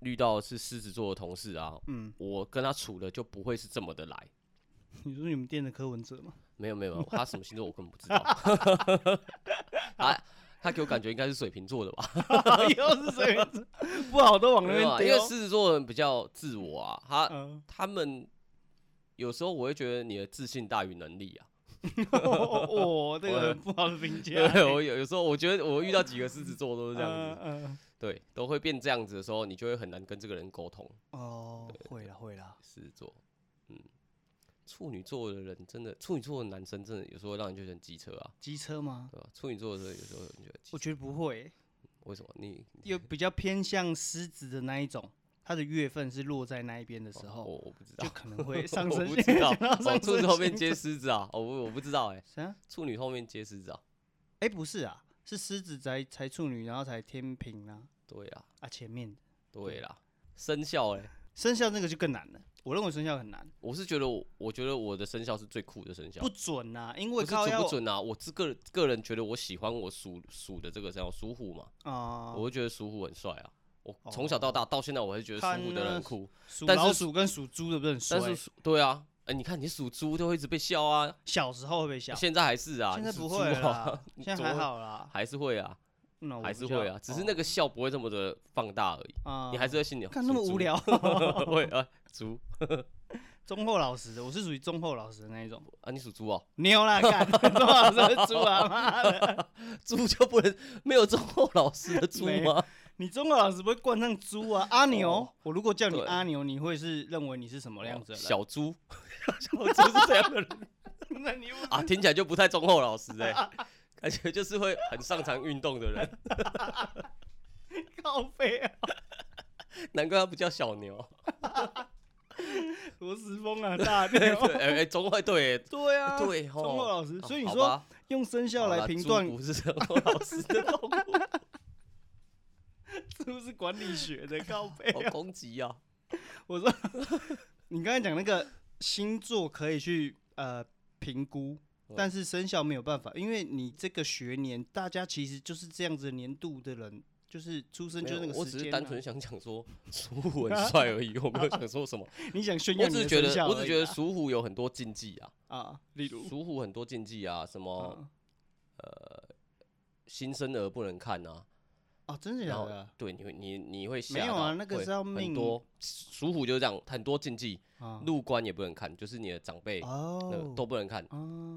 Speaker 1: 遇到是狮子座的同事啊，
Speaker 2: 嗯，
Speaker 1: 我跟他处的就不会是这么的来，
Speaker 2: 你说你们店的柯文哲吗？ [LAUGHS]
Speaker 1: 没有没有没有，他什么星座我根本不知道， [LAUGHS] 他他给我感觉应该是水瓶座的吧。
Speaker 2: 又是水瓶座， [LAUGHS] 不好都往那
Speaker 1: 没有
Speaker 2: 边
Speaker 1: 啊，因
Speaker 2: 丢
Speaker 1: 为。狮子座人比较自我啊，他
Speaker 2: 嗯，
Speaker 1: 他们有时候我会觉得你的自信大于能力
Speaker 2: [LAUGHS]
Speaker 1: 啊。
Speaker 2: 哦，这个很不好的评价。欸
Speaker 1: 对，我有有时候我觉得我遇到几个狮子座都是这样子，
Speaker 2: 啊 [LAUGHS] 嗯嗯
Speaker 1: 对，都会变这样子的时候，你就会很难跟这个人沟通。
Speaker 2: 哦，会了会了，
Speaker 1: 狮子座，嗯，处女座的人真的，处女座的男生真的有时候让人觉得很机车啊，
Speaker 2: 机车吗？
Speaker 1: 对吧？处女座的人有时候你觉得机
Speaker 2: 我
Speaker 1: 车
Speaker 2: 觉得不会欸、
Speaker 1: 为什么？你
Speaker 2: 又比较偏向狮子的那一种，它的月份是落在那一边的时
Speaker 1: 我
Speaker 2: 候，
Speaker 1: 我不知道
Speaker 2: 就，可能
Speaker 1: [LAUGHS]
Speaker 2: 会上
Speaker 1: 我
Speaker 2: 升
Speaker 1: 不
Speaker 2: 星
Speaker 1: 知道，
Speaker 2: 讲到
Speaker 1: 哦，
Speaker 2: [LAUGHS] 上
Speaker 1: 处女
Speaker 2: 升
Speaker 1: 后面
Speaker 2: 星
Speaker 1: 接狮子
Speaker 2: [LAUGHS]
Speaker 1: 啊，哦，我我不知道哎，
Speaker 2: 啥？
Speaker 1: 处女后面接狮子啊，
Speaker 2: 哎、不是啊，是狮子才才处女，然后才天平啊
Speaker 1: 对啊，
Speaker 2: 啊前面的
Speaker 1: 对啦，生肖哎、
Speaker 2: 生肖那个就更难了。我认为生肖很难，
Speaker 1: 我是觉得我，我觉得我的生肖是最酷的生肖
Speaker 2: 不，准呐、因
Speaker 1: 啊不
Speaker 2: 为
Speaker 1: 是
Speaker 2: 靠
Speaker 1: 准
Speaker 2: 要
Speaker 1: 不准啊？我自个个人觉得我喜欢我属属的这个生肖属虎嘛，
Speaker 2: 啊，
Speaker 1: 我会觉得属虎很帅啊。我从小到大到现在，我还是觉得
Speaker 2: 哦看
Speaker 1: 属虎的人
Speaker 2: 那
Speaker 1: 很酷。
Speaker 2: 属、
Speaker 1: 但是
Speaker 2: 老鼠跟属猪的不是很
Speaker 1: 但是
Speaker 2: 衰？
Speaker 1: 属对啊，哎、你看你属猪都会一直被笑啊，
Speaker 2: 小时候会被笑，
Speaker 1: 现在还是啊，
Speaker 2: 现
Speaker 1: 你
Speaker 2: 在
Speaker 1: 属
Speaker 2: 不
Speaker 1: 猪
Speaker 2: 会了
Speaker 1: 啊， [LAUGHS]
Speaker 2: 啦，现在还好啦，
Speaker 1: 还是会啊，
Speaker 2: 那我
Speaker 1: 还
Speaker 2: 比
Speaker 1: 是
Speaker 2: 较
Speaker 1: 会啊，只是那个笑不会这么的放大而已，
Speaker 2: 哦啊，
Speaker 1: 你还是会心里
Speaker 2: 看那么
Speaker 1: 属猪
Speaker 2: 无，聊，
Speaker 1: [LAUGHS] 会啊，猪
Speaker 2: 忠厚老实的，我是属于忠厚老实的那一种，
Speaker 1: 啊，你属猪
Speaker 2: [LAUGHS]
Speaker 1: 哦，
Speaker 2: 牛啦，干忠厚老实的猪啊，妈的，
Speaker 1: 猪就不能没有忠厚老实的猪
Speaker 2: 没
Speaker 1: 吗？
Speaker 2: 你忠厚老实不会冠上猪啊，阿牛，
Speaker 1: 哦
Speaker 2: 我如果叫你
Speaker 1: 对
Speaker 2: 阿牛，你会是认为你是什么样哦子的人？
Speaker 1: 小猪，小猪是这样的人
Speaker 2: [LAUGHS] 那你不
Speaker 1: [LAUGHS] 啊，听起来就不太忠厚老实哎、感觉就是会很擅长运动的人，
Speaker 2: 靠背啊，
Speaker 1: 难怪他不叫小牛。
Speaker 2: [LAUGHS] 罗时峰啊，大 [LAUGHS]
Speaker 1: 对，
Speaker 2: 牛。
Speaker 1: 哎、哎，中会对耶，
Speaker 2: 对哦啊，
Speaker 1: 对
Speaker 2: 钟厚
Speaker 1: 吼。
Speaker 2: 老师，
Speaker 1: 啊
Speaker 2: 所以你
Speaker 1: 好
Speaker 2: 说
Speaker 1: 吧
Speaker 2: 用生肖
Speaker 1: 好
Speaker 2: 来
Speaker 1: 啦
Speaker 2: 评
Speaker 1: 猪
Speaker 2: 断
Speaker 1: 不是
Speaker 2: [LAUGHS]
Speaker 1: 忠厚老实的动物，
Speaker 2: 是不是管理学的靠 [LAUGHS] 背
Speaker 1: 好
Speaker 2: 啊？
Speaker 1: 攻击啊！
Speaker 2: 我说， [LAUGHS] 你刚才讲那个星座可以去呃评估，
Speaker 1: 嗯
Speaker 2: 但是生肖没有办法，因为你这个学年大家其实就是这样子的年度的人就是出生
Speaker 1: 没
Speaker 2: 就是
Speaker 1: 有
Speaker 2: 那个
Speaker 1: 我
Speaker 2: 时
Speaker 1: 只是
Speaker 2: 间
Speaker 1: 单
Speaker 2: 啊
Speaker 1: 纯想讲说苏虎很帅而已，我没有想说
Speaker 2: [LAUGHS]
Speaker 1: 什么。
Speaker 2: 你想炫
Speaker 1: 我
Speaker 2: 耀
Speaker 1: 只
Speaker 2: 你
Speaker 1: 是觉
Speaker 2: 的生
Speaker 1: 得，
Speaker 2: 肖
Speaker 1: 我只
Speaker 2: 而已
Speaker 1: 觉得
Speaker 2: 啊
Speaker 1: 属虎有很多禁忌啊，
Speaker 2: 啊，例如
Speaker 1: 属虎很多禁忌啊，什么
Speaker 2: 啊
Speaker 1: 新生儿不能看啊，
Speaker 2: 啊，真的假
Speaker 1: 然后
Speaker 2: 的
Speaker 1: 对，你会你你会吓
Speaker 2: 没有啊
Speaker 1: 到
Speaker 2: 那个
Speaker 1: 会
Speaker 2: 是要
Speaker 1: 很
Speaker 2: 命
Speaker 1: 多属虎就是这样，很多禁忌，
Speaker 2: 啊？
Speaker 1: 入关也不能看，就是你的长辈那个
Speaker 2: 哦，
Speaker 1: 都不能看，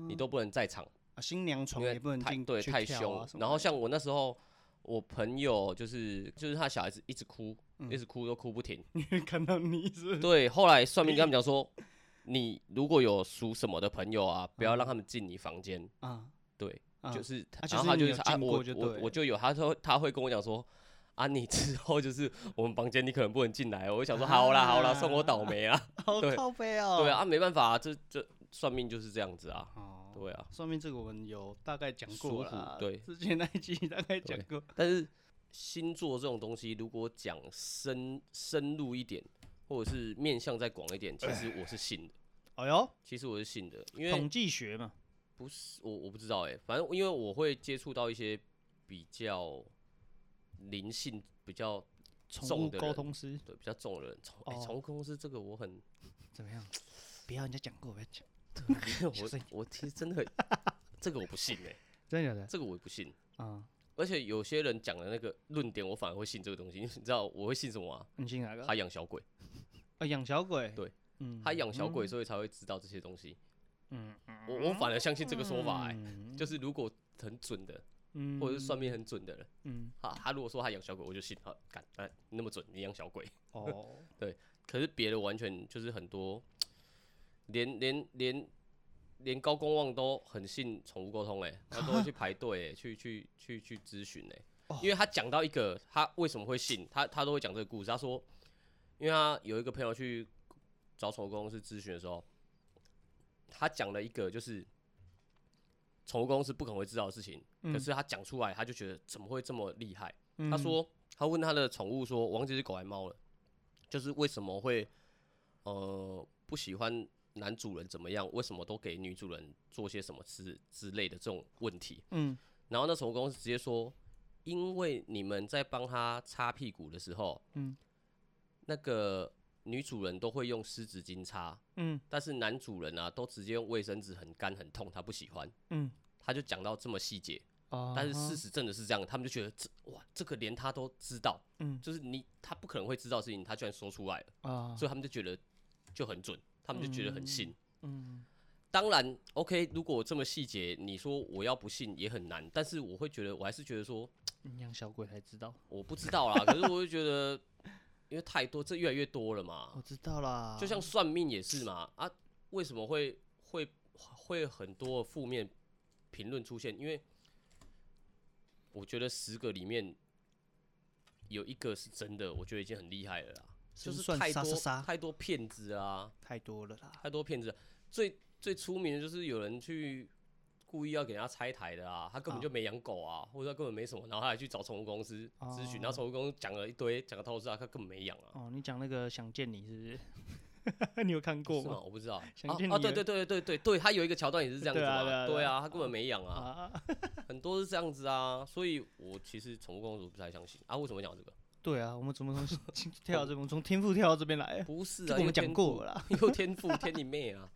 Speaker 1: 你都不能在场，
Speaker 2: 啊新娘床
Speaker 1: 因为
Speaker 2: 也不能
Speaker 1: 太
Speaker 2: 进
Speaker 1: 对
Speaker 2: 去
Speaker 1: 太
Speaker 2: 跳啊
Speaker 1: 凶了。
Speaker 2: 什么
Speaker 1: 然后
Speaker 2: 的
Speaker 1: 像我那时候，我朋友就是就是他小孩子一直哭，
Speaker 2: 嗯
Speaker 1: 一直哭都哭不停。
Speaker 2: [LAUGHS] 因为看到你是不是
Speaker 1: 对，后来算命跟他们讲说，你如果有属什么的朋友啊，不要让他们进你房间。
Speaker 2: 啊，
Speaker 1: 对，
Speaker 2: 啊
Speaker 1: 就是他，
Speaker 2: 啊就
Speaker 1: 然
Speaker 2: 是
Speaker 1: 后他
Speaker 2: 你
Speaker 1: 就是
Speaker 2: 有
Speaker 1: 啊，
Speaker 2: 经
Speaker 1: 我
Speaker 2: 过就
Speaker 1: 我
Speaker 2: 对
Speaker 1: 我
Speaker 2: 了
Speaker 1: 就有，他说他会跟我讲说。啊，你之后就是我们房间，你可能不能进来哦。我就想说，好啦好啦，算我倒霉啊。
Speaker 2: 好
Speaker 1: 对
Speaker 2: 靠背哦。
Speaker 1: [LAUGHS] 对啊，，啊没办法、啊，这这算命就是这样子啊。
Speaker 2: 哦，
Speaker 1: 对啊，
Speaker 2: 算命这个我们有大概讲
Speaker 1: 属虎
Speaker 2: 过了，
Speaker 1: 对
Speaker 2: 之前那一集大概讲过，
Speaker 1: 但是星座这种东西，如果讲深深入一点，或者是面向再广一点，其实我是信的。
Speaker 2: 哎呦，
Speaker 1: 其实我是信的，因为
Speaker 2: 统计学嘛，
Speaker 1: 不是我我不知道哎、反正因为我会接触到一些比较灵性、比较
Speaker 2: 宠
Speaker 1: 重
Speaker 2: 物
Speaker 1: 的
Speaker 2: 沟
Speaker 1: 人
Speaker 2: 通师
Speaker 1: 对比较重的人，宠哎
Speaker 2: 哦
Speaker 1: 宠物公司这个我很
Speaker 2: 怎么样？不要人家讲过，不要讲，小声
Speaker 1: [LAUGHS] 我我其实真的这个我不信哎、
Speaker 2: 真的假的？
Speaker 1: 这个我不信。
Speaker 2: 啊，
Speaker 1: 而且有些人讲的那个论点，我反而会信这个东西。你 [LAUGHS] 知道我会信什么吗？
Speaker 2: 你信哪个？
Speaker 1: 他养小鬼，
Speaker 2: 啊，养小鬼。
Speaker 1: 对，
Speaker 2: 嗯，
Speaker 1: 他养小鬼，所以才会知道这些东西。
Speaker 2: 嗯，
Speaker 1: 我我反而相信这个说法、哎，
Speaker 2: 嗯
Speaker 1: [LAUGHS] 就是如果很准的，
Speaker 2: 嗯
Speaker 1: 或者是算命很准的人，
Speaker 2: 嗯，
Speaker 1: 他他如果说他养小鬼，我就信他，敢那那么准，你养小鬼。
Speaker 2: 哦，
Speaker 1: 可是别的完全就是很多，连连连连高公望都很信宠物沟通、哎，他都会去排队、哎，去去去去咨询，哎
Speaker 2: 哦，
Speaker 1: 因为他讲到一个他为什么会信，他他都会讲这个故事，他说，因为他有一个朋友去找宠物公司咨询的时候，他讲了一个就是宠物公司不可能会知道的事情，
Speaker 2: 嗯
Speaker 1: 可是他讲出来，他就觉得怎么会这么厉害？他说他问他的宠物说，我忘记是狗还是猫了，就是为什么会呃不喜欢男主人怎么样，为什么都给女主人做些什么之之类的这种问题。
Speaker 2: 嗯，
Speaker 1: 然后那宠物公司直接说，因为你们在帮他擦屁股的时候，
Speaker 2: 嗯，
Speaker 1: 那个女主人都会用湿纸巾擦，
Speaker 2: 嗯
Speaker 1: 但是男主人啊都直接用卫生纸，很干很痛，他不喜欢。
Speaker 2: 嗯，
Speaker 1: 他就讲到这么细节，
Speaker 2: 哦，
Speaker 1: 但是事实真的是这样，他们就觉得这哇，这个连他都知道，
Speaker 2: 嗯
Speaker 1: 就是你他不可能会知道的事情，他居然说出来了，
Speaker 2: 啊，
Speaker 1: 所以他们就觉得就很准，他们就觉得很信。
Speaker 2: 嗯
Speaker 1: 当然，OK，如果这么细节，你说我要不信也很难，但是我会觉得，我还是觉得说
Speaker 2: 你养小鬼才知道，
Speaker 1: 我不知道
Speaker 2: [LAUGHS]
Speaker 1: 啦，可是我就觉得，因为太多，这越来越多了嘛
Speaker 2: 我，知道啦，
Speaker 1: 就像算命也是嘛，啊，为什么会会会很多负面评论出现？因为我觉得十个里面有一个是真的，我觉得已经很厉害了啦。就
Speaker 2: 神
Speaker 1: 是
Speaker 2: 算
Speaker 1: 太
Speaker 2: 杀
Speaker 1: 多
Speaker 2: 杀杀
Speaker 1: 太多骗子啊，
Speaker 2: 太多了啦，
Speaker 1: 太多骗子。最最出名的就是有人去故意要给人家拆台的啊，他根本就没养狗啊，或者他根本没什么，然后他还去找宠物公司
Speaker 2: 哦
Speaker 1: 咨询，然后宠物公司讲了一堆，讲个透视啊，他根本没养啊。
Speaker 2: 哦，你讲那个想见你是不是？你 [LAUGHS] 有看过
Speaker 1: 是吗？
Speaker 2: 吗？
Speaker 1: 我不知道。
Speaker 2: 想见
Speaker 1: 啊啊，
Speaker 2: 你
Speaker 1: 对
Speaker 2: 了
Speaker 1: 对对对对对，他有一个桥段也是这样子
Speaker 2: 对啊对
Speaker 1: 嘛。
Speaker 2: 啊
Speaker 1: 对
Speaker 2: 对啊
Speaker 1: 啊，他根本没养啊，
Speaker 2: 啊，
Speaker 1: 很多是这样子啊。所以我其实宠物公主不太相信啊。为什么讲这
Speaker 2: [LAUGHS]
Speaker 1: 个？
Speaker 2: 对啊，我们怎么
Speaker 1: [LAUGHS]
Speaker 2: 从跳到这，我们从天赋跳到这边来？
Speaker 1: 不是
Speaker 2: 这
Speaker 1: 啊，
Speaker 2: 个我
Speaker 1: 又
Speaker 2: 们
Speaker 1: 天
Speaker 2: 讲过
Speaker 1: 赋，
Speaker 2: 了啦，
Speaker 1: 又天赋， [LAUGHS] 天你妹
Speaker 2: [LAUGHS]
Speaker 1: 啊！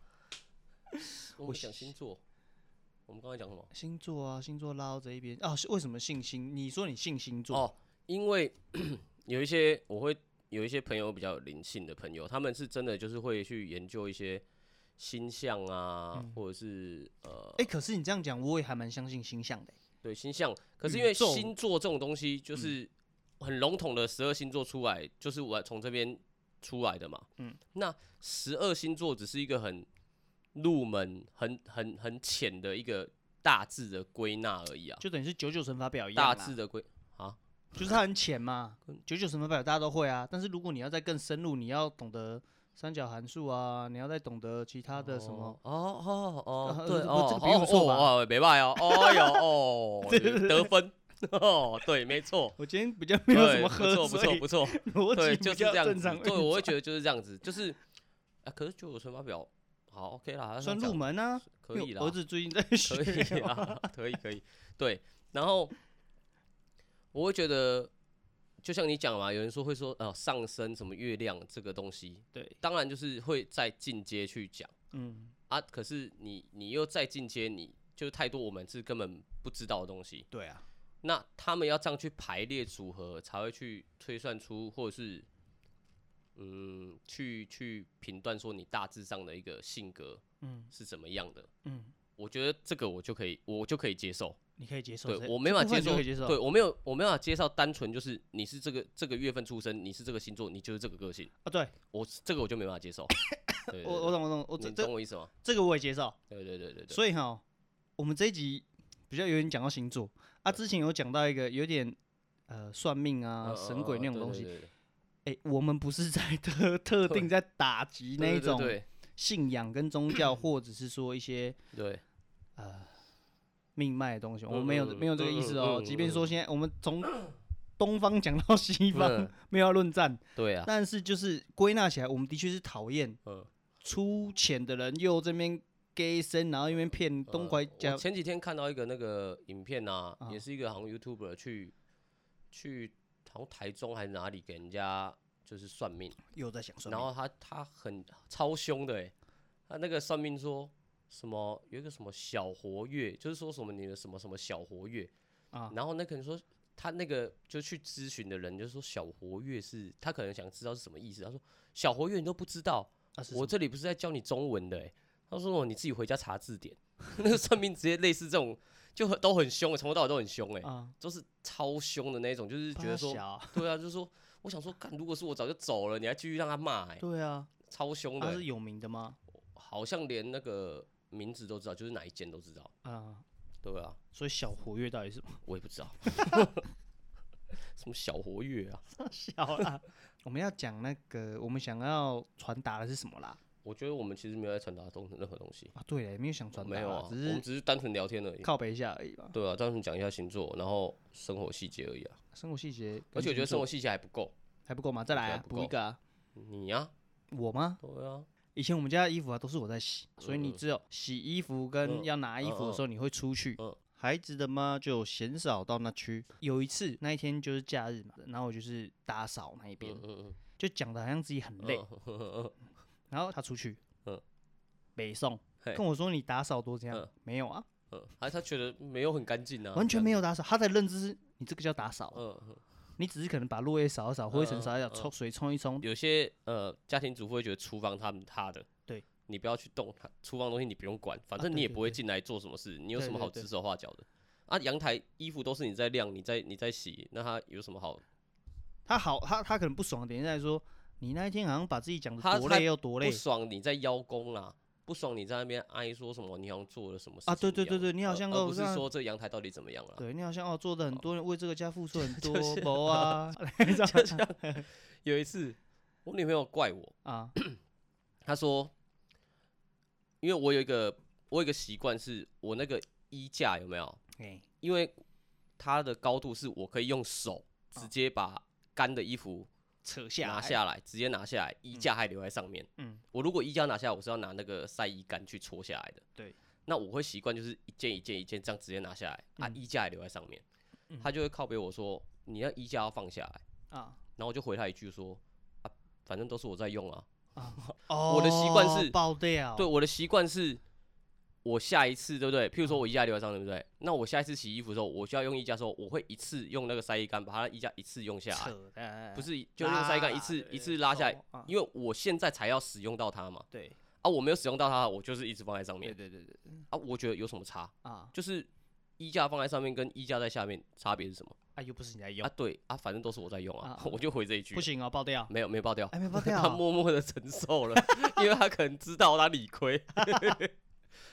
Speaker 1: 我
Speaker 2: 我
Speaker 1: 们讲星座，我们刚才讲什么？
Speaker 2: 星座啊，星座拉到这一边啊，是为什么信星？你说你信星座？
Speaker 1: 哦，因为 [CLEARS THROAT] 有一些我会有一些朋友比较有灵性的朋友，他们是真的就是会去研究一些星象啊，
Speaker 2: 嗯
Speaker 1: 或者是呃，
Speaker 2: 哎、可是你这样讲，我也还蛮相信星象的、
Speaker 1: 对星象。可是
Speaker 2: 宇
Speaker 1: 因为
Speaker 2: 宙嗯
Speaker 1: 星座这种东西就是很笼统的十二星座出来，就是我从这边出来的嘛。嗯，那十二星座只是一个很入门、很很很浅的一个大致的归纳而已啊，
Speaker 2: 就等于是九九乘法表一样
Speaker 1: 大
Speaker 2: 啦
Speaker 1: 致的归啊。
Speaker 2: 就是它很浅嘛，九九乘法表大家都会啊。但是如果你要再更深入，你要懂得三角函数啊，你要再懂得其他的什么，
Speaker 1: 哦哦哦，
Speaker 2: 啊
Speaker 1: 对
Speaker 2: 这个
Speaker 1: 哦，
Speaker 2: 这个比喻不错吧
Speaker 1: 哦，没办哦，哦哟
Speaker 2: [LAUGHS]
Speaker 1: 哦，得分哦，对，没错，
Speaker 2: 我今天比 [LAUGHS] 较没
Speaker 1: 对，不
Speaker 2: 有什么喝
Speaker 1: 错不错
Speaker 2: 水，
Speaker 1: 不错，
Speaker 2: [LAUGHS] 逻
Speaker 1: 对，
Speaker 2: 辑
Speaker 1: 就
Speaker 2: 比
Speaker 1: 是这
Speaker 2: 较
Speaker 1: 样
Speaker 2: 正
Speaker 1: 子
Speaker 2: 常，。
Speaker 1: 对，我会觉得就是这样子，就是啊，可是就有乘法表，好 OK 啦，他
Speaker 2: 算
Speaker 1: 讲
Speaker 2: 入门啊，
Speaker 1: 可
Speaker 2: 因
Speaker 1: 以
Speaker 2: 为
Speaker 1: 啦
Speaker 2: 我，儿子最近在
Speaker 1: 可以
Speaker 2: 学，
Speaker 1: 啦，可以可以，对，然后我会觉得就像你讲嘛，有人说会说呃上升什么月亮这个东西，
Speaker 2: [LAUGHS] 对，
Speaker 1: 当然就是会再进阶去讲
Speaker 2: 嗯，
Speaker 1: 啊。可是你你又再进阶，你就太多我们是根本不知道的东西。
Speaker 2: 对啊，
Speaker 1: 那他们要这样去排列组合，才会去推算出，或者是嗯，去去评断说你大致上的一个性格
Speaker 2: 嗯
Speaker 1: 是怎么样的。
Speaker 2: 嗯，
Speaker 1: 我觉得这个我就可以，我就可以接受。
Speaker 2: 你哦可以接受
Speaker 1: 对
Speaker 2: 这，
Speaker 1: 我没办
Speaker 2: 这
Speaker 1: 法
Speaker 2: 部
Speaker 1: 接
Speaker 2: 分
Speaker 1: 受，
Speaker 2: 你就可以接受
Speaker 1: 对我没有，我没办法接受单纯就是你是这个这个月份出生，你是这个星座，你就是这个个性，
Speaker 2: 啊，对
Speaker 1: 我这个我就没办法接
Speaker 2: [COUGHS]
Speaker 1: 受。对对
Speaker 2: 我
Speaker 1: 对
Speaker 2: 我懂我懂，我这
Speaker 1: 你
Speaker 2: 这
Speaker 1: 懂我意思吗？
Speaker 2: 这个我也接受。
Speaker 1: 对对对对对，
Speaker 2: 所以哈，我们这一集比较有点讲到星座啊，之前有讲到一个有点呃算命啊、
Speaker 1: 嗯
Speaker 2: 神鬼那种
Speaker 1: 嗯
Speaker 2: 东，
Speaker 1: 嗯
Speaker 2: 西。
Speaker 1: 对对对
Speaker 2: 哎，我们不是在特特定在打击
Speaker 1: 对
Speaker 2: 那
Speaker 1: 对
Speaker 2: 一
Speaker 1: 对
Speaker 2: 种
Speaker 1: 对
Speaker 2: 信仰跟宗教，或者是说一些
Speaker 1: 对
Speaker 2: 命脉的东西，我们
Speaker 1: 嗯
Speaker 2: 没有
Speaker 1: 嗯
Speaker 2: 没有这个意思哦。
Speaker 1: 嗯嗯嗯
Speaker 2: 即便
Speaker 1: 嗯
Speaker 2: 说现在我们从东方讲到西方
Speaker 1: 嗯，
Speaker 2: 没有要论战，
Speaker 1: 对啊，
Speaker 2: 但是就是归纳起来，我们的确是讨厌
Speaker 1: 嗯。
Speaker 2: 出钱的人又这边 gay 生，然后一边骗东
Speaker 1: 呃
Speaker 2: 怀
Speaker 1: 我
Speaker 2: 家，
Speaker 1: 前几天看到一个那个影片啊，
Speaker 2: 啊
Speaker 1: 也是一个好像 YouTuber 去去好像台中还是哪里给人家就是算命，
Speaker 2: 又在啊想算
Speaker 1: 然
Speaker 2: 命。
Speaker 1: 后他他很超凶的哎、他那个算命说什么有一个什么小活跃，就是说什么你的什么什么小活跃
Speaker 2: 啊
Speaker 1: 然后那个人说。他那个就去咨询的人就说小活跃是，他可能想知道是什么意思。他说小活跃你都不知道，
Speaker 2: 啊是什
Speaker 1: 我
Speaker 2: 么
Speaker 1: 这里不是在教你中文的、欸，他说哦，你自己回家查字典。 [LAUGHS] 那个算命直接类似这种，就很都很凶，从头到尾都很凶，哎，
Speaker 2: 啊，
Speaker 1: 都是超凶的那一种，就是觉得说，
Speaker 2: 小，
Speaker 1: 对啊，就是说，我想说，干，如果是我早就走了，你还继续让他骂，哎，
Speaker 2: 对啊，
Speaker 1: 超凶的
Speaker 2: 他
Speaker 1: 欸、
Speaker 2: 是有名的吗？
Speaker 1: 好像连那个名字都知道，就是哪一间都知道，
Speaker 2: 啊，
Speaker 1: 对啊，
Speaker 2: 所以小活跃到底是什
Speaker 1: [LAUGHS]
Speaker 2: 么
Speaker 1: 我也不知道，什么小活跃啊，
Speaker 2: 小啦？我们要讲那个，我们想要传达的是什么啦？
Speaker 1: 我觉得我们其实没有在传达东任何东西，
Speaker 2: 啊，对了，没有想传达
Speaker 1: 没有
Speaker 2: 啦
Speaker 1: 啊，，我
Speaker 2: 只
Speaker 1: 们
Speaker 2: 是
Speaker 1: 只是单纯聊天而已，
Speaker 2: 靠北一下而已吧。
Speaker 1: 对啊，单纯讲一下星座，然后生活细节而已啊。
Speaker 2: 生活细节跟星座，
Speaker 1: 而且我觉得生活细节还不够。
Speaker 2: 还不够吗？再来
Speaker 1: 还
Speaker 2: 啊，
Speaker 1: 不
Speaker 2: 补一
Speaker 1: 够
Speaker 2: 个啊。
Speaker 1: 你呀、
Speaker 2: 我吗？
Speaker 1: 对啊，
Speaker 2: 以前我们家的衣服啊，都是我在洗，所以你
Speaker 1: 嗯
Speaker 2: 只有洗衣服跟
Speaker 1: 嗯
Speaker 2: 要拿衣服的时候，你会出去。
Speaker 1: 嗯
Speaker 2: 孩子的嘛，就鲜少到那区。有一次那一天就是假日嘛，然后我就是打扫那一边
Speaker 1: 嗯，嗯
Speaker 2: 就讲的好像自己很
Speaker 1: 嗯，
Speaker 2: 累，
Speaker 1: 嗯，
Speaker 2: 然后他出去，嗯
Speaker 1: 嗯，
Speaker 2: 北宋
Speaker 1: 嘿
Speaker 2: 跟我说你打扫都这样
Speaker 1: 嗯，
Speaker 2: 没有啊，
Speaker 1: 嗯，还是他觉得没有很干净啊，
Speaker 2: 完全没
Speaker 1: 有，
Speaker 2: 有打扫。他的认知是你这个叫打扫，啊
Speaker 1: 嗯，嗯
Speaker 2: 你只是可能把落叶扫一扫，灰尘
Speaker 1: 嗯
Speaker 2: 扫一扫，
Speaker 1: 嗯
Speaker 2: 冲水冲一冲。
Speaker 1: 有些呃家庭主妇会觉得厨房他们他的，
Speaker 2: 对，
Speaker 1: 你不要去动它，厨房的东西你不用管，反
Speaker 2: 啊
Speaker 1: 正
Speaker 2: 对
Speaker 1: 你也
Speaker 2: 对
Speaker 1: 不会
Speaker 2: 对
Speaker 1: 进来做什么事，你有什
Speaker 2: 对
Speaker 1: 么
Speaker 2: 对
Speaker 1: 好
Speaker 2: 对
Speaker 1: 指手画脚的？啊，阳台衣服都是你在晾，你在你在洗，那他有什么好？
Speaker 2: 他好，他他可能不爽的点在于说，你那一天好像把自己讲的
Speaker 1: 他
Speaker 2: 多
Speaker 1: 他
Speaker 2: 累又多累
Speaker 1: 不爽你在邀功啦，不爽你在那边哀说什么你好像做了什么事
Speaker 2: 啊，对
Speaker 1: 情
Speaker 2: 对
Speaker 1: 一
Speaker 2: 对
Speaker 1: 样，
Speaker 2: 对，你好
Speaker 1: 而
Speaker 2: 像
Speaker 1: 而
Speaker 2: 跟
Speaker 1: 不
Speaker 2: 我
Speaker 1: 是
Speaker 2: 这样
Speaker 1: 说这阳台到底怎么样啊了？
Speaker 2: 对你好像哦，做的很多，人为这个家付 [LAUGHS] 出很多，
Speaker 1: 是
Speaker 2: 不啊， [LAUGHS] 你知道吗
Speaker 1: 有一次我女朋友怪我，
Speaker 2: 啊，
Speaker 1: 他说，因为我有一个我有一个习惯，是我那个衣架有没有？
Speaker 2: [COUGHS] 哎，
Speaker 1: 因为它的高度是我可以用手直接把干的衣服
Speaker 2: 扯下
Speaker 1: 拿
Speaker 2: 哦来，
Speaker 1: 下来，直接拿下来，衣架还留在上面。
Speaker 2: 嗯，
Speaker 1: 我如果衣架拿下来，我是要拿那个晒衣杆去搓下来的。
Speaker 2: 对，
Speaker 1: 那我会习惯就是一件一件一件这样直接拿下来，啊，
Speaker 2: 嗯
Speaker 1: 衣架也留在上面。他就会靠背我说，你那衣架要放下来，
Speaker 2: 啊
Speaker 1: 然后我就回他一句说，啊，反正都是我在用啊。
Speaker 2: 啊，哦，
Speaker 1: 的习惯是
Speaker 2: 爆掉，
Speaker 1: 对，，我的习惯是，我下一次对不对？譬如
Speaker 2: 嗯
Speaker 1: 说我衣架留在上，对不对？那我下一次洗衣服的时候，我需要用衣架的时候，我会一次用那个晒衣杆把它衣架一次用下来，
Speaker 2: [LAUGHS] 扯哎嗯的，
Speaker 1: 不是就用晒衣杆一次一次拉下来，
Speaker 2: 来，
Speaker 1: 因为我现在才要使用到它嘛。
Speaker 2: 对，
Speaker 1: 啊，我没有使用到它，我就是一直放在上
Speaker 2: 对
Speaker 1: 面
Speaker 2: 对对对，
Speaker 1: 啊。我觉得有什么差？
Speaker 2: 啊
Speaker 1: 就是衣架放在上面跟衣架在下面差别是什么？
Speaker 2: 啊，又不是你在
Speaker 1: 啊
Speaker 2: 用，，
Speaker 1: 对啊，反正都是我在用啊
Speaker 2: 啊，
Speaker 1: 我就回这一句
Speaker 2: 不，行哦，爆掉， [LAUGHS]
Speaker 1: 没有没有爆掉。
Speaker 2: 哎，没爆掉
Speaker 1: 他
Speaker 2: 哦，
Speaker 1: 默默的承受了，因为他可能知道他理亏 [LAUGHS]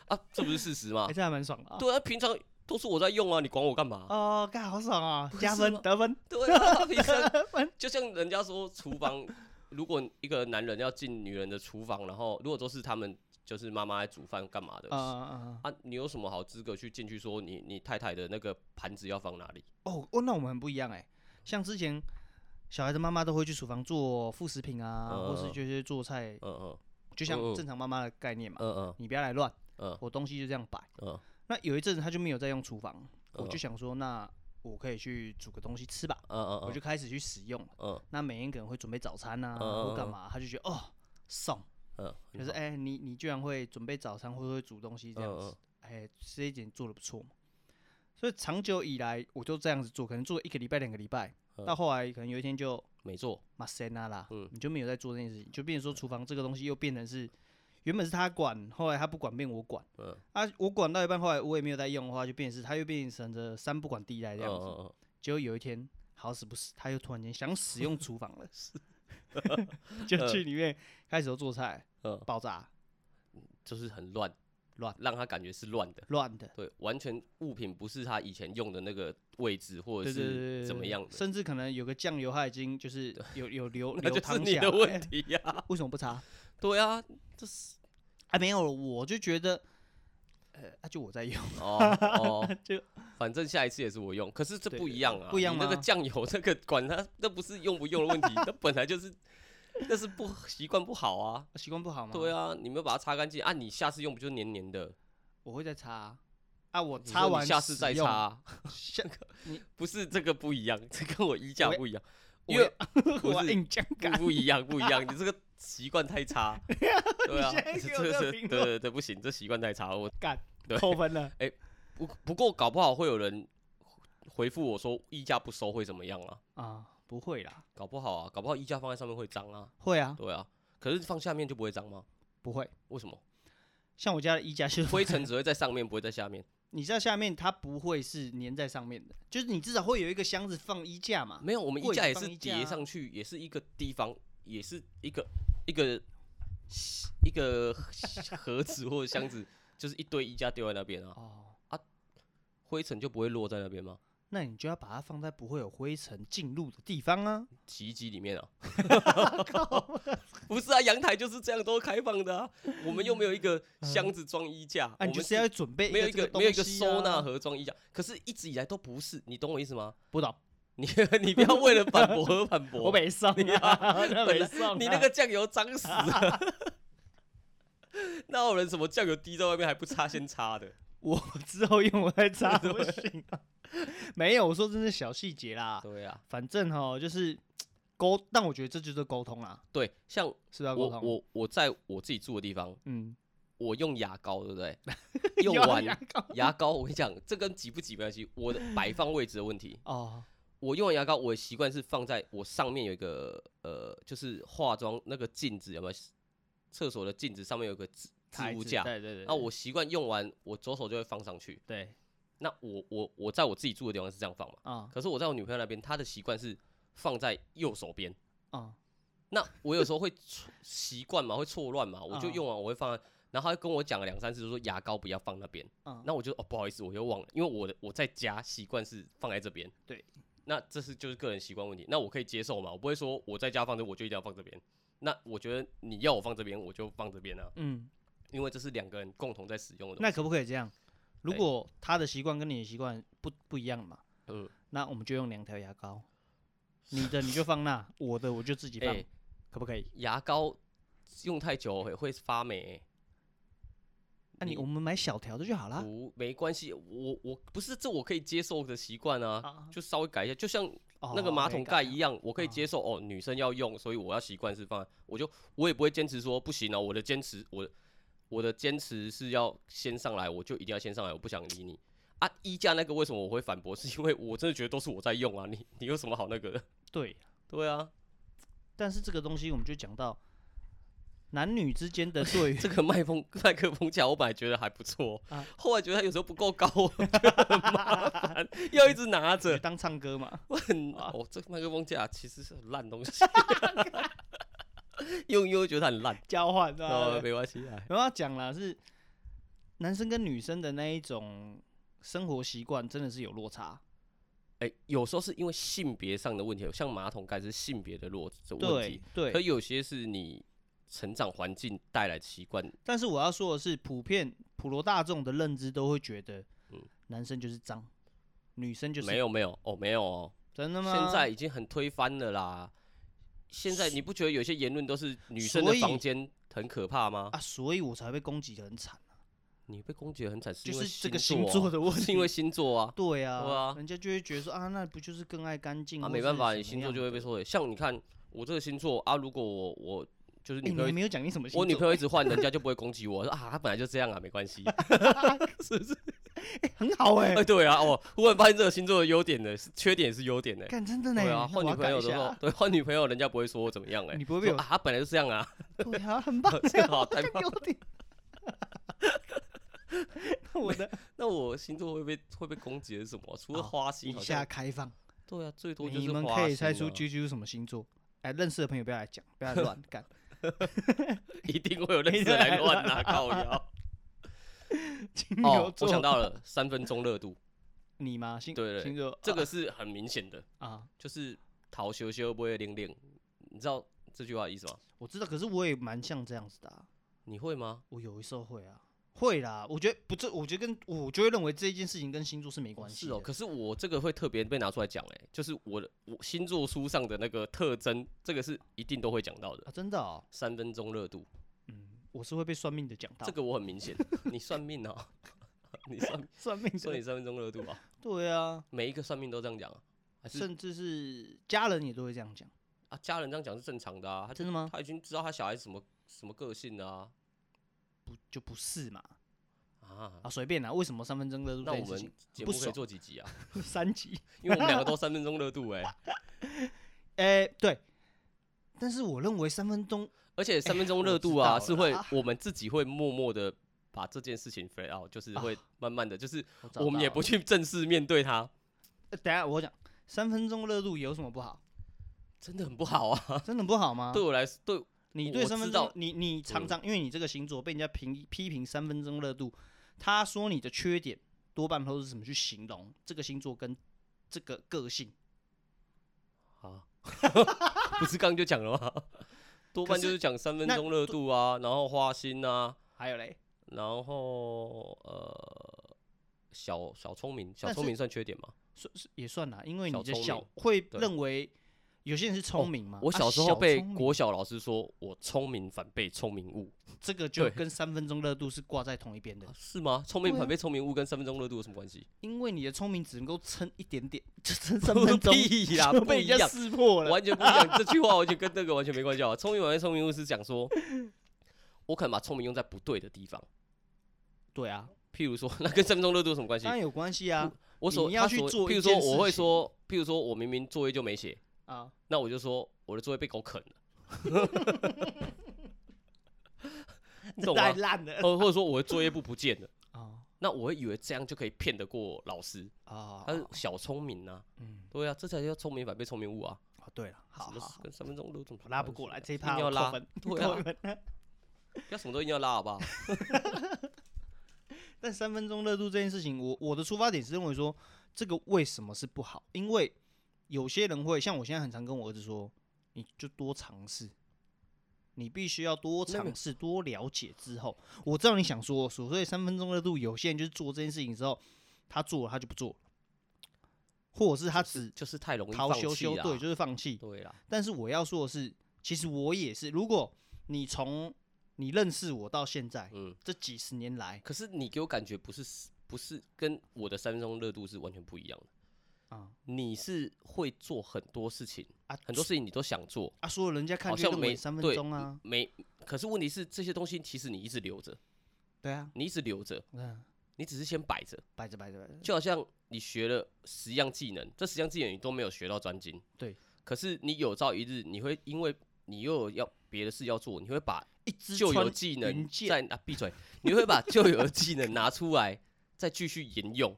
Speaker 1: 啊，这不是事实吗
Speaker 2: 哎，？这还蛮爽的啊，
Speaker 1: 对啊，平常都是我在用啊，你管我干嘛？
Speaker 2: 哦，干好爽啊，加
Speaker 1: 是
Speaker 2: 分
Speaker 1: 吗
Speaker 2: 得分，
Speaker 1: 对啊，平
Speaker 2: [LAUGHS]
Speaker 1: 常就像人家说，厨房如果一个男人要进女人的厨房，然后如果都是他们就是妈妈在煮饭干嘛的
Speaker 2: 啊
Speaker 1: 啊，
Speaker 2: 啊啊，
Speaker 1: 你有什么好资格去进去说你你太太的那个盘子要放哪里？
Speaker 2: 哦哦，那我们很不一样哎、像之前小孩的妈妈都会去厨房做副食品啊，或是
Speaker 1: 嗯
Speaker 2: 就是做菜，
Speaker 1: 嗯嗯
Speaker 2: 就像
Speaker 1: 嗯嗯
Speaker 2: 正常妈妈的概念嘛，
Speaker 1: 嗯嗯
Speaker 2: 你不要来乱，
Speaker 1: 嗯
Speaker 2: 我东西就这样摆。
Speaker 1: 嗯
Speaker 2: 那有一阵子他就没有在用厨房，我
Speaker 1: 嗯
Speaker 2: 就想说，那我可以去煮个东西吃吧，
Speaker 1: 嗯嗯
Speaker 2: 我就
Speaker 1: 嗯
Speaker 2: 开始去使用。
Speaker 1: 嗯
Speaker 2: 那每天可能会准备早餐呐、啊，
Speaker 1: 嗯嗯
Speaker 2: 或干
Speaker 1: 嗯
Speaker 2: 嘛，他就觉得哦爽，
Speaker 1: 嗯，很
Speaker 2: 就是
Speaker 1: 好
Speaker 2: 哎、你你居然会准备早餐或者会煮东西这样
Speaker 1: 嗯嗯
Speaker 2: 子，哎、这一点做的不错嘛。所以长久以来我就这样子做，可能做一个礼拜、两个礼拜，
Speaker 1: 嗯
Speaker 2: 到后来可能有一天就
Speaker 1: 没做，
Speaker 2: 马塞纳啦，
Speaker 1: 嗯
Speaker 2: 你就没有在做这件事情，就变成说厨房这个东西又变成是原本是他管，后来他不管变我管
Speaker 1: 嗯
Speaker 2: 啊，我管到一半，后来我也没有在用的话，就变成是他又变成着三不管地带
Speaker 1: 嗯
Speaker 2: 这样
Speaker 1: 嗯
Speaker 2: 子。
Speaker 1: 嗯，
Speaker 2: 结果有一天好死不死，他又突然间想使用厨房
Speaker 1: [LAUGHS]
Speaker 2: 了，就去里面开始做菜，
Speaker 1: 嗯
Speaker 2: 爆炸
Speaker 1: 就是很乱，
Speaker 2: 乱
Speaker 1: 让他感觉是乱的。
Speaker 2: 乱的，
Speaker 1: 对，完全物品不是他以前用的那个位置，或者
Speaker 2: 对对对对
Speaker 1: 是
Speaker 2: 对
Speaker 1: 怎么
Speaker 2: 对
Speaker 1: 样的，
Speaker 2: 甚至可能有个酱油它已经就是
Speaker 1: [LAUGHS]
Speaker 2: 有有流
Speaker 1: 那
Speaker 2: 流
Speaker 1: 就是
Speaker 2: 淌
Speaker 1: 你
Speaker 2: 下来
Speaker 1: 的问，题呀、
Speaker 2: [LAUGHS] 哎为什么不擦？
Speaker 1: 对啊，这是
Speaker 2: 啊，没有了，我就觉得，呃，啊、就我在用，
Speaker 1: 哦哦，
Speaker 2: [LAUGHS] 就
Speaker 1: 反正下一次也是我用，可是这
Speaker 2: 对
Speaker 1: 不一样啊，
Speaker 2: 不一样
Speaker 1: 你那个
Speaker 2: 吗
Speaker 1: 酱油那个管它，那不是用不用的问题，那本来就是那是不习惯不好
Speaker 2: [LAUGHS]
Speaker 1: 啊。
Speaker 2: 习惯不好嘛。
Speaker 1: 对
Speaker 2: 啊，
Speaker 1: 啊，你没有把它擦干净啊，你下次用不就黏黏的？
Speaker 2: 我会再擦啊，啊我
Speaker 1: 你
Speaker 2: 擦
Speaker 1: 说你
Speaker 2: 完
Speaker 1: 下次
Speaker 2: 使
Speaker 1: 再
Speaker 2: 用
Speaker 1: 擦，，啊，
Speaker 2: 下
Speaker 1: [LAUGHS] 不是这个不一样，这跟我衣架
Speaker 2: 我
Speaker 1: 不一样，因
Speaker 2: 因
Speaker 1: 为
Speaker 2: 为 [LAUGHS] 我要
Speaker 1: 是
Speaker 2: 硬讲
Speaker 1: 不
Speaker 2: 感，
Speaker 1: 不 [LAUGHS] 一样，不一样，你这个习惯太
Speaker 2: [LAUGHS]
Speaker 1: 差。对啊，
Speaker 2: 现在
Speaker 1: 这
Speaker 2: 给我这个
Speaker 1: 这对
Speaker 2: 评论
Speaker 1: 对对，不行，这习惯太差了。我对
Speaker 2: 扣分了。
Speaker 1: 不不过搞不好会有人回复我说衣架不收会怎么样啊？
Speaker 2: [LAUGHS] 啊，不会啦，
Speaker 1: 搞不好啊，搞不好衣架放在上面会脏啊。
Speaker 2: 会啊，
Speaker 1: 对啊，可是放下面就不会脏吗？
Speaker 2: 不会。
Speaker 1: 为什么？
Speaker 2: 像我家的衣架就是
Speaker 1: 灰尘只会在上面，不会在下面。
Speaker 2: [LAUGHS] 你在下面，它不会是粘在上面的，就是你至少会有一个箱子放衣架嘛。
Speaker 1: 没有，我们衣
Speaker 2: 柜
Speaker 1: 架
Speaker 2: 子
Speaker 1: 也
Speaker 2: 放
Speaker 1: 是
Speaker 2: 衣架
Speaker 1: 叠
Speaker 2: 啊
Speaker 1: 上去，也是一个地方，也是一个一个一个盒子或者箱子，就是一堆衣架丢在那边啊，
Speaker 2: 哦，
Speaker 1: 灰尘就不会落在那边吗？
Speaker 2: 那你就要把它放在不会有灰尘进入的地方啊。
Speaker 1: 洗衣机里
Speaker 2: [LAUGHS]
Speaker 1: 面啊， [LAUGHS] 不是啊，阳台就是这样都开放的啊，我们又没有一个箱子装衣架，
Speaker 2: 嗯啊，
Speaker 1: 我
Speaker 2: 你就
Speaker 1: 们
Speaker 2: 是要准备
Speaker 1: 没有一
Speaker 2: 个
Speaker 1: 个
Speaker 2: 这
Speaker 1: 没有一个
Speaker 2: 东西啊
Speaker 1: 收纳，盒装衣架，可是一直以来都不是，你懂我意思吗？ [LAUGHS]
Speaker 2: 不懂，
Speaker 1: 你你不要为了反驳而反驳，
Speaker 2: [LAUGHS] 我
Speaker 1: [LAUGHS]
Speaker 2: 没送啊，那
Speaker 1: 哦本
Speaker 2: 没
Speaker 1: 来
Speaker 2: 送啊，
Speaker 1: 你那个酱油脏死了， [LAUGHS] 那有人什么酱油滴在外面还不擦先擦
Speaker 2: [LAUGHS]
Speaker 1: 的？
Speaker 2: 我之后用我
Speaker 1: [LAUGHS]
Speaker 2: 再擦不行啊。 [LAUGHS] 没有，我说真是小细节啦，
Speaker 1: 对啊，
Speaker 2: 反正哈就是沟，但我觉得这就是沟通啦，
Speaker 1: 对，像
Speaker 2: 是不是要沟
Speaker 1: 我
Speaker 2: 通？
Speaker 1: 我我在我自己住的地方， [LAUGHS]
Speaker 2: 嗯，
Speaker 1: 我用牙膏，对不
Speaker 2: [LAUGHS]
Speaker 1: 对？用
Speaker 2: 有啊
Speaker 1: 完
Speaker 2: 牙膏
Speaker 1: 牙膏，我跟你讲，这跟挤不挤没关系，我的摆放位置的问题。
Speaker 2: [LAUGHS] 哦，
Speaker 1: 我用完牙膏，我的习惯是放在我上面有一个呃，就是化妆那个镜子有没有？厕所的镜子上面有个置置
Speaker 2: 台
Speaker 1: 物
Speaker 2: 子
Speaker 1: 架，
Speaker 2: 对对对，
Speaker 1: 那啊我习惯用完，我左手就会放上去。
Speaker 2: 对
Speaker 1: 那我我我在我自己住的地方是这样放嘛？
Speaker 2: 啊
Speaker 1: 可是我在我女朋友那边，她的习惯是放在右手边。
Speaker 2: 啊
Speaker 1: 那我有时候会错习惯嘛，会错乱嘛，我就
Speaker 2: 嗯
Speaker 1: 用完我会放在，然后她跟我讲了两三次，说牙膏不要放那边。
Speaker 2: 啊，
Speaker 1: 那我就哦不好意思，我又忘了，因为我的我在家习惯是放在这边。
Speaker 2: 对，
Speaker 1: 那这是就是个人习惯问题，那我可以接受嘛？我不会说我在家放这，我就一定要放这边。那我觉得你要我放这边，我就放这边啊，
Speaker 2: 嗯。
Speaker 1: 因为这是两个人共同在使用的东西。
Speaker 2: 那可不可以这样？如
Speaker 1: 哎
Speaker 2: 果他的习惯跟你的习惯不不一样嘛，
Speaker 1: 嗯，
Speaker 2: 那我们就用两条牙
Speaker 1: [LAUGHS]
Speaker 2: 膏，你的你就放那，我的我就自己放，
Speaker 1: 哎
Speaker 2: 可不可以？
Speaker 1: 牙膏用太久也会发霉欸、
Speaker 2: 那你我们买小条的就好啦。
Speaker 1: 不没关系，我我不是这我可以接受的习惯啊，
Speaker 2: 啊
Speaker 1: 就稍微改一下，就像
Speaker 2: 哦嗯
Speaker 1: 那个马
Speaker 2: 可
Speaker 1: 桶
Speaker 2: 以
Speaker 1: 盖
Speaker 2: 改
Speaker 1: 一样，我可以接受哦，女生要用，所以我要习惯是放在，我就我也不会坚持说不行啊，我的坚持，我的我的坚持是要先上来，我就一定要先上来，我不想理你啊。衣架那个为什么我会反驳？ [LAUGHS] 是因为我真的觉得都是我在用啊，你你有什么好那个的？ [LAUGHS]
Speaker 2: 对，
Speaker 1: 对啊，
Speaker 2: 但是这个东西我们就讲到男女之间的对
Speaker 1: [LAUGHS]
Speaker 2: 于
Speaker 1: 这个麦风麦克风架我本来觉得还不错，
Speaker 2: 啊
Speaker 1: 后来觉得它有时候不够高， [LAUGHS] 我觉得很麻烦，要一直拿着。
Speaker 2: [LAUGHS] 当唱歌嘛，
Speaker 1: 我很
Speaker 2: 啊
Speaker 1: 哦，这个麦克风架其实是很烂东西， [LAUGHS] 用一用会觉得它很烂，
Speaker 2: 交换啊
Speaker 1: 哦，，没关系啊。
Speaker 2: 然后要讲啦是男生跟女生的那一种生活习惯真的是有落差，
Speaker 1: 哎，有时候是因为性别上的问题，像马桶盖是性别的落的问
Speaker 2: 对
Speaker 1: 题，
Speaker 2: 对
Speaker 1: 可，有些是你成长环境带来的习惯，
Speaker 2: 但是我要说的是，普遍普罗大众的认知都会觉得
Speaker 1: 嗯，
Speaker 2: 男生就是脏，女生就是
Speaker 1: 没有没有哦，没有哦，
Speaker 2: 真的吗？
Speaker 1: 现在已经很推翻了啦。现在你不觉得有些言论都是女生的
Speaker 2: 所以
Speaker 1: 房间很可怕吗？
Speaker 2: 啊啊，所以我才被攻击的很惨啊、
Speaker 1: 你被攻击得很惨，是
Speaker 2: 就
Speaker 1: 因为
Speaker 2: 是这个
Speaker 1: 星
Speaker 2: 星座
Speaker 1: 啊
Speaker 2: 的问
Speaker 1: 是因为
Speaker 2: 题
Speaker 1: 星座啊，
Speaker 2: 对啊，
Speaker 1: 对啊
Speaker 2: 人家就会觉得说啊，那不就是更爱干净
Speaker 1: 啊，
Speaker 2: 或
Speaker 1: 没
Speaker 2: 是
Speaker 1: 办法，
Speaker 2: 怎
Speaker 1: 你
Speaker 2: 么
Speaker 1: 星座
Speaker 2: 样哎
Speaker 1: 就会被说。像你看我这个星座啊，如果我我就是
Speaker 2: 欸
Speaker 1: 女
Speaker 2: 你
Speaker 1: 朋
Speaker 2: 还
Speaker 1: 友，
Speaker 2: 没有讲你什么星座？
Speaker 1: 我女朋友一直换，人家就不会攻击我说啊，她本来就这样啊，没关系。
Speaker 2: 欸
Speaker 1: [LAUGHS]
Speaker 2: 很好哎
Speaker 1: 哎，，对啊，哦，忽然发现这个星座的优点呢，是缺点也是优点呢。
Speaker 2: 干真的呢
Speaker 1: 对啊，，
Speaker 2: 那我
Speaker 1: 换女
Speaker 2: 要
Speaker 1: 朋
Speaker 2: 改
Speaker 1: 友
Speaker 2: 一
Speaker 1: 的时
Speaker 2: 下
Speaker 1: 候
Speaker 2: 啊，，
Speaker 1: 对，换女朋友人家不会说我怎么
Speaker 2: [LAUGHS]
Speaker 1: 样哎，
Speaker 2: 你不会被
Speaker 1: 说 [LAUGHS]
Speaker 2: 我
Speaker 1: 啊，她本来就这样啊，，
Speaker 2: 对啊，很棒
Speaker 1: 这 [LAUGHS] 个
Speaker 2: [LAUGHS]
Speaker 1: 好太棒
Speaker 2: 有点。那我的
Speaker 1: 那我星座会被会被攻击的是什么？除了
Speaker 2: 好
Speaker 1: 花心
Speaker 2: 以
Speaker 1: 好
Speaker 2: 哦下
Speaker 1: 像，
Speaker 2: 开放，
Speaker 1: 对啊，最多就是
Speaker 2: 你们
Speaker 1: 花
Speaker 2: 可以
Speaker 1: 心
Speaker 2: 猜出
Speaker 1: 啊
Speaker 2: 啾啾什么星座。哎，认识的朋友不要来讲，
Speaker 1: [LAUGHS]
Speaker 2: 不要来乱干。
Speaker 1: 一定
Speaker 2: [LAUGHS]
Speaker 1: 会有类似的来乱拿靠腰。
Speaker 2: 金 [LAUGHS] 牛
Speaker 1: 哦，我
Speaker 2: 座，
Speaker 1: 想到了，三分钟热度，
Speaker 2: 你吗？星
Speaker 1: 对对
Speaker 2: 星座
Speaker 1: 这个是很明显的，
Speaker 2: 啊，
Speaker 1: 就是逃羞羞不会零零，你知道这句话的意思吗？
Speaker 2: 我知道，可是我也蛮像这样子的啊。
Speaker 1: 你会吗？
Speaker 2: 我有时候会啊，会啦。我觉得不，这我觉得跟我就会认为这件事情跟星座是没关系
Speaker 1: 是
Speaker 2: 的。
Speaker 1: 哦，可是我这个会特别被拿出来讲，哎，就是我的我星座书上的那个特征，这个是一定都会讲到的。
Speaker 2: 啊，真的哦，
Speaker 1: 三分钟热度，
Speaker 2: 嗯，我是会被算命的讲到
Speaker 1: 这。个我很明显。 [LAUGHS] 你算命哦，你算
Speaker 2: 算命
Speaker 1: 说你
Speaker 2: 的，
Speaker 1: 三分钟热度吧，
Speaker 2: 对啊，
Speaker 1: 每一个算命都这样讲啊，还是
Speaker 2: 甚至是家人也都会这样讲，
Speaker 1: 啊家人这样讲是正常的啊，他
Speaker 2: 真的吗？
Speaker 1: 他已经知道他小孩什么什么个性了啊
Speaker 2: 不就不是嘛？
Speaker 1: 啊
Speaker 2: 啊，随便啦，为什么三分钟热度
Speaker 1: 那
Speaker 2: 这
Speaker 1: 我
Speaker 2: 件事
Speaker 1: 们
Speaker 2: 情
Speaker 1: 节
Speaker 2: 不
Speaker 1: 目可以
Speaker 2: 爽
Speaker 1: 做几集啊？
Speaker 2: [LAUGHS] 三级？
Speaker 1: 因为我们两个都三分钟热度
Speaker 2: [LAUGHS]
Speaker 1: 哎、
Speaker 2: 哎、对，但是我认为三分钟
Speaker 1: 而且三分钟热度
Speaker 2: 我
Speaker 1: 啊
Speaker 2: 知
Speaker 1: 是
Speaker 2: 道
Speaker 1: 会
Speaker 2: 啦
Speaker 1: 我们自己会默默的把这件事情 f a d out，就是
Speaker 2: 啊
Speaker 1: 会慢慢的，就是
Speaker 2: 找
Speaker 1: 我们也
Speaker 2: 到
Speaker 1: 不去正式面对它，
Speaker 2: 呃等一下我讲三分钟热度有什么不好？
Speaker 1: 真的很不好啊。
Speaker 2: 真的不好吗
Speaker 1: [LAUGHS] 对？我来说，对
Speaker 2: 你
Speaker 1: 我
Speaker 2: 对
Speaker 1: 我
Speaker 2: 三
Speaker 1: 知
Speaker 2: 分
Speaker 1: 道
Speaker 2: 钟，你你常
Speaker 1: 嗯
Speaker 2: 常、因为你这个星座被人家评批评三分钟热度，他说你的缺点多半都是怎么去形容这个星座跟这个个性？
Speaker 1: 啊， [LAUGHS] 不是刚刚就讲
Speaker 2: [LAUGHS]
Speaker 1: 了吗？多半就是讲三分钟热度啊，然后花心啊，
Speaker 2: 还有嘞，
Speaker 1: 然后呃小小聪明，小
Speaker 2: 但
Speaker 1: 聪
Speaker 2: 是
Speaker 1: 明算缺点吗？
Speaker 2: 算是也算啦，因为
Speaker 1: 小
Speaker 2: 你的
Speaker 1: 聪
Speaker 2: 小
Speaker 1: 明
Speaker 2: 会
Speaker 1: 对哦
Speaker 2: 认为有些人是聪明嘛、
Speaker 1: 我
Speaker 2: 啊
Speaker 1: 小时候被
Speaker 2: 聪明
Speaker 1: 国小老师说我聪明反被聪明误，
Speaker 2: 这个就
Speaker 1: 对
Speaker 2: 跟三分钟热度是挂在同一边的
Speaker 1: 啊，是吗？聪明
Speaker 2: 对啊
Speaker 1: 反被聪明误跟三分钟热度有什么关系？
Speaker 2: 因为你的聪明只能够撑一
Speaker 1: [LAUGHS]
Speaker 2: 点点，就撑三
Speaker 1: 不
Speaker 2: 分钟
Speaker 1: 屁啦
Speaker 2: [LAUGHS] 就
Speaker 1: 不
Speaker 2: 被
Speaker 1: 一
Speaker 2: 人家
Speaker 1: 样
Speaker 2: 识破了。
Speaker 1: 完全不一样，这句话完全跟那个完全没关系啊！聪明反被聪明误是讲说，我可能把聪明用在不对的地方，
Speaker 2: 对啊，
Speaker 1: 譬如说，那跟三分钟热度有什么关系
Speaker 2: 当？然有关系啊
Speaker 1: 我所
Speaker 2: 你要
Speaker 1: 他
Speaker 2: 去
Speaker 1: 所
Speaker 2: 做
Speaker 1: 譬
Speaker 2: 一
Speaker 1: 如说
Speaker 2: 件
Speaker 1: 我
Speaker 2: 事
Speaker 1: 会
Speaker 2: 情
Speaker 1: 说，譬如说我明明作业就没写，
Speaker 2: 啊！
Speaker 1: 那我就说我的作业被狗啃了，你
Speaker 2: 这啊
Speaker 1: 懂
Speaker 2: 太
Speaker 1: 吗？
Speaker 2: [LAUGHS] 烂了
Speaker 1: 或或者说我的作业簿不见了，
Speaker 2: 啊
Speaker 1: 那我会以为这样就可以骗得过老师，
Speaker 2: 啊
Speaker 1: 他是小聪明啊，
Speaker 2: 嗯，
Speaker 1: 对啊，这才叫聪明反被聪明误啊！
Speaker 2: 哦对了，好
Speaker 1: 什么
Speaker 2: 好
Speaker 1: 事
Speaker 2: 好，
Speaker 1: 跟三分钟热度
Speaker 2: 我拉不过来，这
Speaker 1: 啊一
Speaker 2: 一趴
Speaker 1: 定要
Speaker 2: 我扣
Speaker 1: 拉，
Speaker 2: 分，
Speaker 1: [LAUGHS] 对
Speaker 2: 扣
Speaker 1: 啊
Speaker 2: 分
Speaker 1: 不要什么都一定要拉，好不 [LAUGHS] 好？
Speaker 2: 但三分钟热度这件事情，我我的出发点是认为说，这个为什么是不好？因为有些人会像我现在很常跟我儿子说，你就多尝试，你必须要多
Speaker 1: 那个
Speaker 2: 尝试、多了解之后，我知道你想说，所以三分钟热度，有些人就是做这件事情之后，他做了他就不做了，或者是他只
Speaker 1: 就是太容易
Speaker 2: 逃
Speaker 1: 放
Speaker 2: 羞
Speaker 1: 弃
Speaker 2: 羞，
Speaker 1: 啦，
Speaker 2: 对，就是放弃。
Speaker 1: 对啦，
Speaker 2: 但是我要说的是，其实我也是，如果你从你认识我到现在
Speaker 1: 嗯。
Speaker 2: 这几十年来
Speaker 1: 可是你给我感觉不是不是跟我的三分钟热度是完全不一样的，
Speaker 2: 啊
Speaker 1: 你是会做很多事情，
Speaker 2: 啊，
Speaker 1: 很多事情你都想做，
Speaker 2: 啊，所有人家看
Speaker 1: 好
Speaker 2: 就
Speaker 1: 像
Speaker 2: 认
Speaker 1: 没
Speaker 2: 为三分
Speaker 1: 对
Speaker 2: 钟啊，
Speaker 1: 没。可是问题是，这些东西其实你一直留着，
Speaker 2: 对啊，
Speaker 1: 你一直留着，
Speaker 2: 嗯，
Speaker 1: 你只是先摆着，
Speaker 2: 摆着摆着摆着，
Speaker 1: 就好像你学了十样技能，这十样技能你都没有学到专精，
Speaker 2: 对。
Speaker 1: 可是你有朝一日，你会因为你又有要别的事要做，你会把
Speaker 2: 一只
Speaker 1: 旧
Speaker 2: 穿
Speaker 1: 有技能
Speaker 2: 云箭
Speaker 1: 再啊闭嘴，你会把旧有的技能拿出来再继续沿用，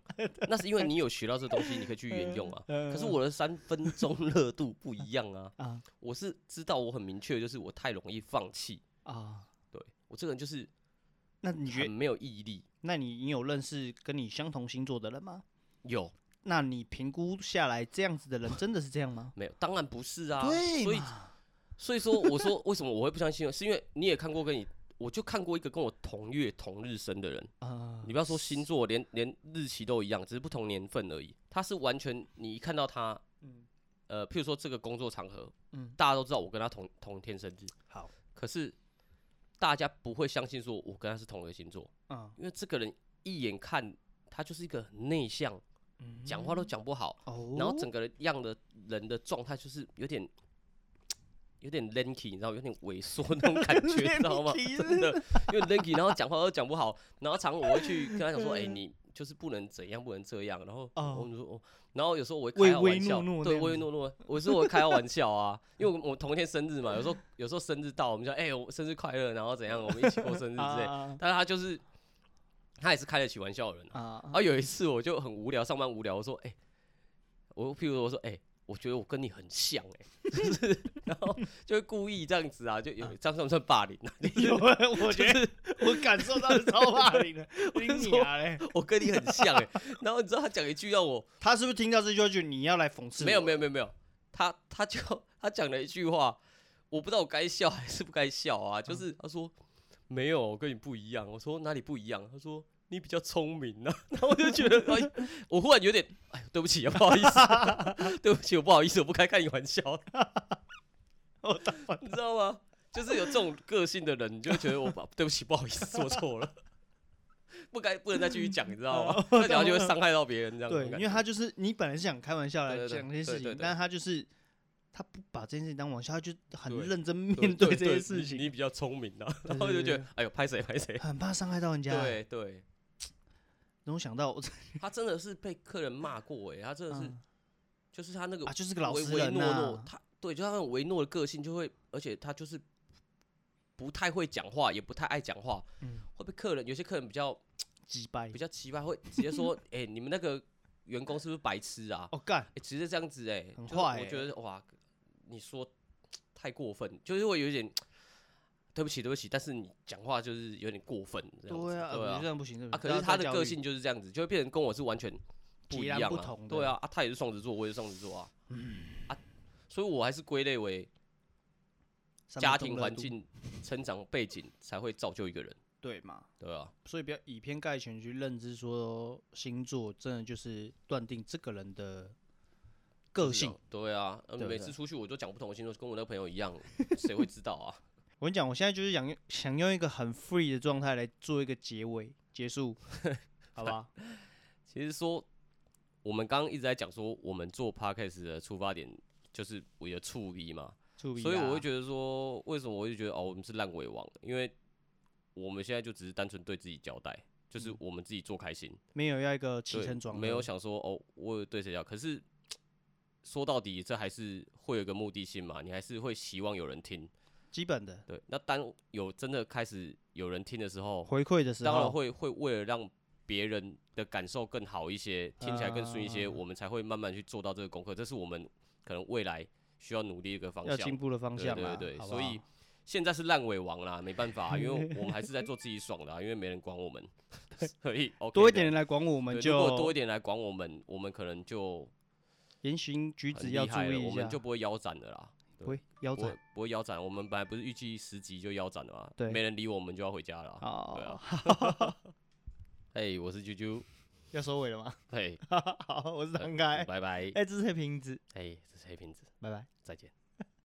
Speaker 1: 那是因为你有学到这东西，你可以去沿用啊。可是我的三分钟热度不一样啊，
Speaker 2: 嗯啊
Speaker 1: 我是知道我很明确，就是我太容易放弃，
Speaker 2: 啊，
Speaker 1: 对我这个人就是
Speaker 2: 那你觉
Speaker 1: 很
Speaker 2: 得？
Speaker 1: 没有毅力。
Speaker 2: 那你你有认识跟你相同星座的人吗？
Speaker 1: 有
Speaker 2: 那你评估下来，这样
Speaker 1: [LAUGHS]
Speaker 2: 子的人真的是这样吗？
Speaker 1: 没有？当然不是啊，
Speaker 2: 对
Speaker 1: 所以
Speaker 2: 嘛
Speaker 1: 所以说，我说为什么我会不相信呢？是因为你也看过跟你，我就看过一个跟我同月同日生的人，
Speaker 2: 啊，
Speaker 1: 你不要说星座，连连日期都一样，只是不同年份而已。他是完全你一看到他，
Speaker 2: 嗯
Speaker 1: 呃，譬如说这个工作场合，
Speaker 2: 嗯
Speaker 1: 大家都知道我跟他同同天生日，
Speaker 2: 好，
Speaker 1: 可是大家不会相信说我跟他是同一个星座，
Speaker 2: 嗯，
Speaker 1: 因为这个人一眼看他就是一个很内向，
Speaker 2: 嗯
Speaker 1: 讲话都讲不好，
Speaker 2: 哦，
Speaker 1: 然后整个人样的人的状态就是有点有点 lanky，你知道，有点萎缩那种感觉，
Speaker 2: [LAUGHS]
Speaker 1: 你知道吗？
Speaker 2: Lanky
Speaker 1: 真的，因为 lanky，然后讲话都讲不好，然后常常我会去跟他讲说，哎、你就是不能怎样，不能这样，然后
Speaker 2: 嗯哦
Speaker 1: 我们就说，哦，然后有时候我会开他玩笑，
Speaker 2: 唯唯诺诺
Speaker 1: 对，
Speaker 2: 那样子
Speaker 1: 唯唯诺诺，我是我会开他玩笑啊，因为我我同一天生日嘛，有时候有时候生日到，我们就哎、我生日快乐，然后怎样，我们一起过生日之类，
Speaker 2: [LAUGHS] 啊
Speaker 1: 但是他就是他也是开得起玩笑的人啊。
Speaker 2: 啊
Speaker 1: 然，后有一次我就很无聊，上班无聊，我说：“哎、我譬如说我说，哎、我觉得我跟你很像、哎， [LAUGHS] 就是然后就会故意这样子啊，就有这样算不算霸凌啊？ [LAUGHS] 就是
Speaker 2: 有，我觉得我感受到是超霸
Speaker 1: [LAUGHS]
Speaker 2: 凌的，
Speaker 1: 就
Speaker 2: 你
Speaker 1: 说
Speaker 2: 娘嘞！
Speaker 1: 我跟你很像、哎，然后你知道他讲一句让我
Speaker 2: 他是不是听到这句话就你要来讽刺我？
Speaker 1: 没有没有没有没有，他他就 [LAUGHS] 他讲了一句话，我不知道我该笑还是不该笑啊，
Speaker 2: 嗯
Speaker 1: 就是他说没有，我跟你不一样，我说哪里不一样？他说。”你比较聪明啊， [LAUGHS] 然后我就觉得，哎， [LAUGHS] 我忽然有点，哎，对不起，不好意思， [LAUGHS] 对不起，我不好意思，我不该开你玩笑，
Speaker 2: [LAUGHS] 我打完
Speaker 1: 你知道吗？就是有这种个性的人，你就会觉得我把 [LAUGHS] 对不起，不好意思，做错了， [LAUGHS] 不该不能再继续讲，你知道
Speaker 2: [LAUGHS]
Speaker 1: 吗？
Speaker 2: 我
Speaker 1: 再讲下去
Speaker 2: 懂
Speaker 1: 会
Speaker 2: 了
Speaker 1: 伤害到别人，这样
Speaker 2: 哦对，
Speaker 1: 那种
Speaker 2: 因
Speaker 1: 感
Speaker 2: 为
Speaker 1: 觉
Speaker 2: 他就是你本来是想开玩笑来
Speaker 1: 对对对
Speaker 2: 讲这些事
Speaker 1: 对对
Speaker 2: 情，
Speaker 1: 对
Speaker 2: 但他就是他不把这件事情当玩笑，他就很
Speaker 1: 对
Speaker 2: 认真 [LAUGHS] 面对这些事
Speaker 1: 你
Speaker 2: 情，
Speaker 1: 你比较聪明啊，
Speaker 2: 对
Speaker 1: [LAUGHS] 然后就觉
Speaker 2: 对啊
Speaker 1: 得哎呦，拍谁拍
Speaker 2: [LAUGHS]
Speaker 1: 谁，
Speaker 2: 很怕伤害到人家。，
Speaker 1: 对对，
Speaker 2: 让我想到我
Speaker 1: 他真的是被客人骂过哎，他真的是
Speaker 2: 嗯
Speaker 1: 就是他那个
Speaker 2: 啊，就是个老
Speaker 1: 唯
Speaker 2: 实
Speaker 1: 唯
Speaker 2: 人啊
Speaker 1: 诺
Speaker 2: 呐
Speaker 1: 诺，，他对，就他那种唯诺的个性就会，而且他就是不太会讲话，也不太爱讲话，
Speaker 2: 嗯
Speaker 1: 会被客人有些客人比较
Speaker 2: 几掰
Speaker 1: 比。较奇葩，会直接说 [LAUGHS] 哎，你们那个员工是不是白痴啊？
Speaker 2: 哦干，
Speaker 1: 欸、直接这样子哎、
Speaker 2: 很
Speaker 1: 就是
Speaker 2: 坏
Speaker 1: 我
Speaker 2: 欸
Speaker 1: 觉得哇，你说太过分，就是会有一点对不起对不起，但是你讲话就是有点过分这样子，
Speaker 2: 对啊，
Speaker 1: 对
Speaker 2: 我觉得
Speaker 1: 啊
Speaker 2: 这。样不行，这不
Speaker 1: 啊，
Speaker 2: 行
Speaker 1: 可
Speaker 2: 这
Speaker 1: 是
Speaker 2: 样
Speaker 1: 他
Speaker 2: 太
Speaker 1: 的
Speaker 2: 焦
Speaker 1: 个
Speaker 2: 虑
Speaker 1: 性就是这样子，就会变成跟我是完全不
Speaker 2: 截
Speaker 1: 一
Speaker 2: 然
Speaker 1: 样啊，
Speaker 2: 不同的嗯
Speaker 1: 对啊，啊，他也是双子座，我也是双子座啊，啊，所以我还是归类为
Speaker 2: 三
Speaker 1: 家
Speaker 2: 分钟
Speaker 1: 庭
Speaker 2: 热
Speaker 1: 环
Speaker 2: 度
Speaker 1: 境、成长背景才会造就一个人，
Speaker 2: 对嘛，
Speaker 1: 对啊，
Speaker 2: 所以不要以偏概全去认知说星座真的就是断定这个人的个性。，
Speaker 1: 对啊，呃
Speaker 2: 对不
Speaker 1: 每
Speaker 2: 对
Speaker 1: 次出去我都讲不同的星座，跟我那个朋友一样，谁会知道啊？
Speaker 2: 我跟你讲，我现在就是想用想用一个很 free 的状态来做一个结尾
Speaker 1: [LAUGHS]
Speaker 2: 结束，好不好？
Speaker 1: 其实说，我们刚刚一直在讲说，我们做 podcast 的出发点就是我的触鼻嘛，
Speaker 2: 注意啊，
Speaker 1: 所以我会觉得说，为什么我会觉得哦，我们是烂尾王？因为我们现在就只是单纯对自己交代，就是我们自己做开心，
Speaker 2: 没有要一个起
Speaker 1: 对
Speaker 2: 承转合，
Speaker 1: 没有想说哦，我有对谁要。可是说到底，这还是会有一个目的性嘛，你还是会希望有人听。
Speaker 2: 基本的
Speaker 1: 对，那当有真的开始有人听的时候，
Speaker 2: 回馈的时候，
Speaker 1: 当然会会为了让别人的感受更好一些，听起来更顺一些，
Speaker 2: 啊
Speaker 1: 我们才会慢慢去做到这个功课。这是我们可能未来需要努力的一个方
Speaker 2: 要
Speaker 1: 向
Speaker 2: 进。步的方
Speaker 1: 对
Speaker 2: 向
Speaker 1: 对
Speaker 2: 啦
Speaker 1: 对，
Speaker 2: 好不
Speaker 1: 所以
Speaker 2: 好
Speaker 1: 现在是烂尾王啦，没办法，因为我们还是在做自己爽的、啊，因为没人管
Speaker 2: [LAUGHS]
Speaker 1: 我们，所以 OK
Speaker 2: 多一
Speaker 1: 的
Speaker 2: 点人来管我
Speaker 1: 对
Speaker 2: 们
Speaker 1: 如果多
Speaker 2: 就
Speaker 1: 一点来管我们，我们可能就
Speaker 2: 言行举止
Speaker 1: 很
Speaker 2: 要
Speaker 1: 厉
Speaker 2: 注
Speaker 1: 害了，
Speaker 2: 意
Speaker 1: 我
Speaker 2: 一下
Speaker 1: 们，就不会腰斩的啦，
Speaker 2: 不会腰
Speaker 1: 不会
Speaker 2: 斩
Speaker 1: 不会腰斩。我们本来不是预计十集就腰斩的嘛，
Speaker 2: 对
Speaker 1: 没人理我们就要回家了啊。对
Speaker 2: 哦
Speaker 1: 啊，嘿，我是啾啾，
Speaker 2: [LAUGHS] 要收尾了吗？ [LAUGHS]
Speaker 1: 嘿，
Speaker 2: 好，我是唐开，
Speaker 1: 拜拜。
Speaker 2: 哎，这是黑瓶子，
Speaker 1: 哎，这是黑瓶子，
Speaker 2: 拜拜。
Speaker 1: 再见。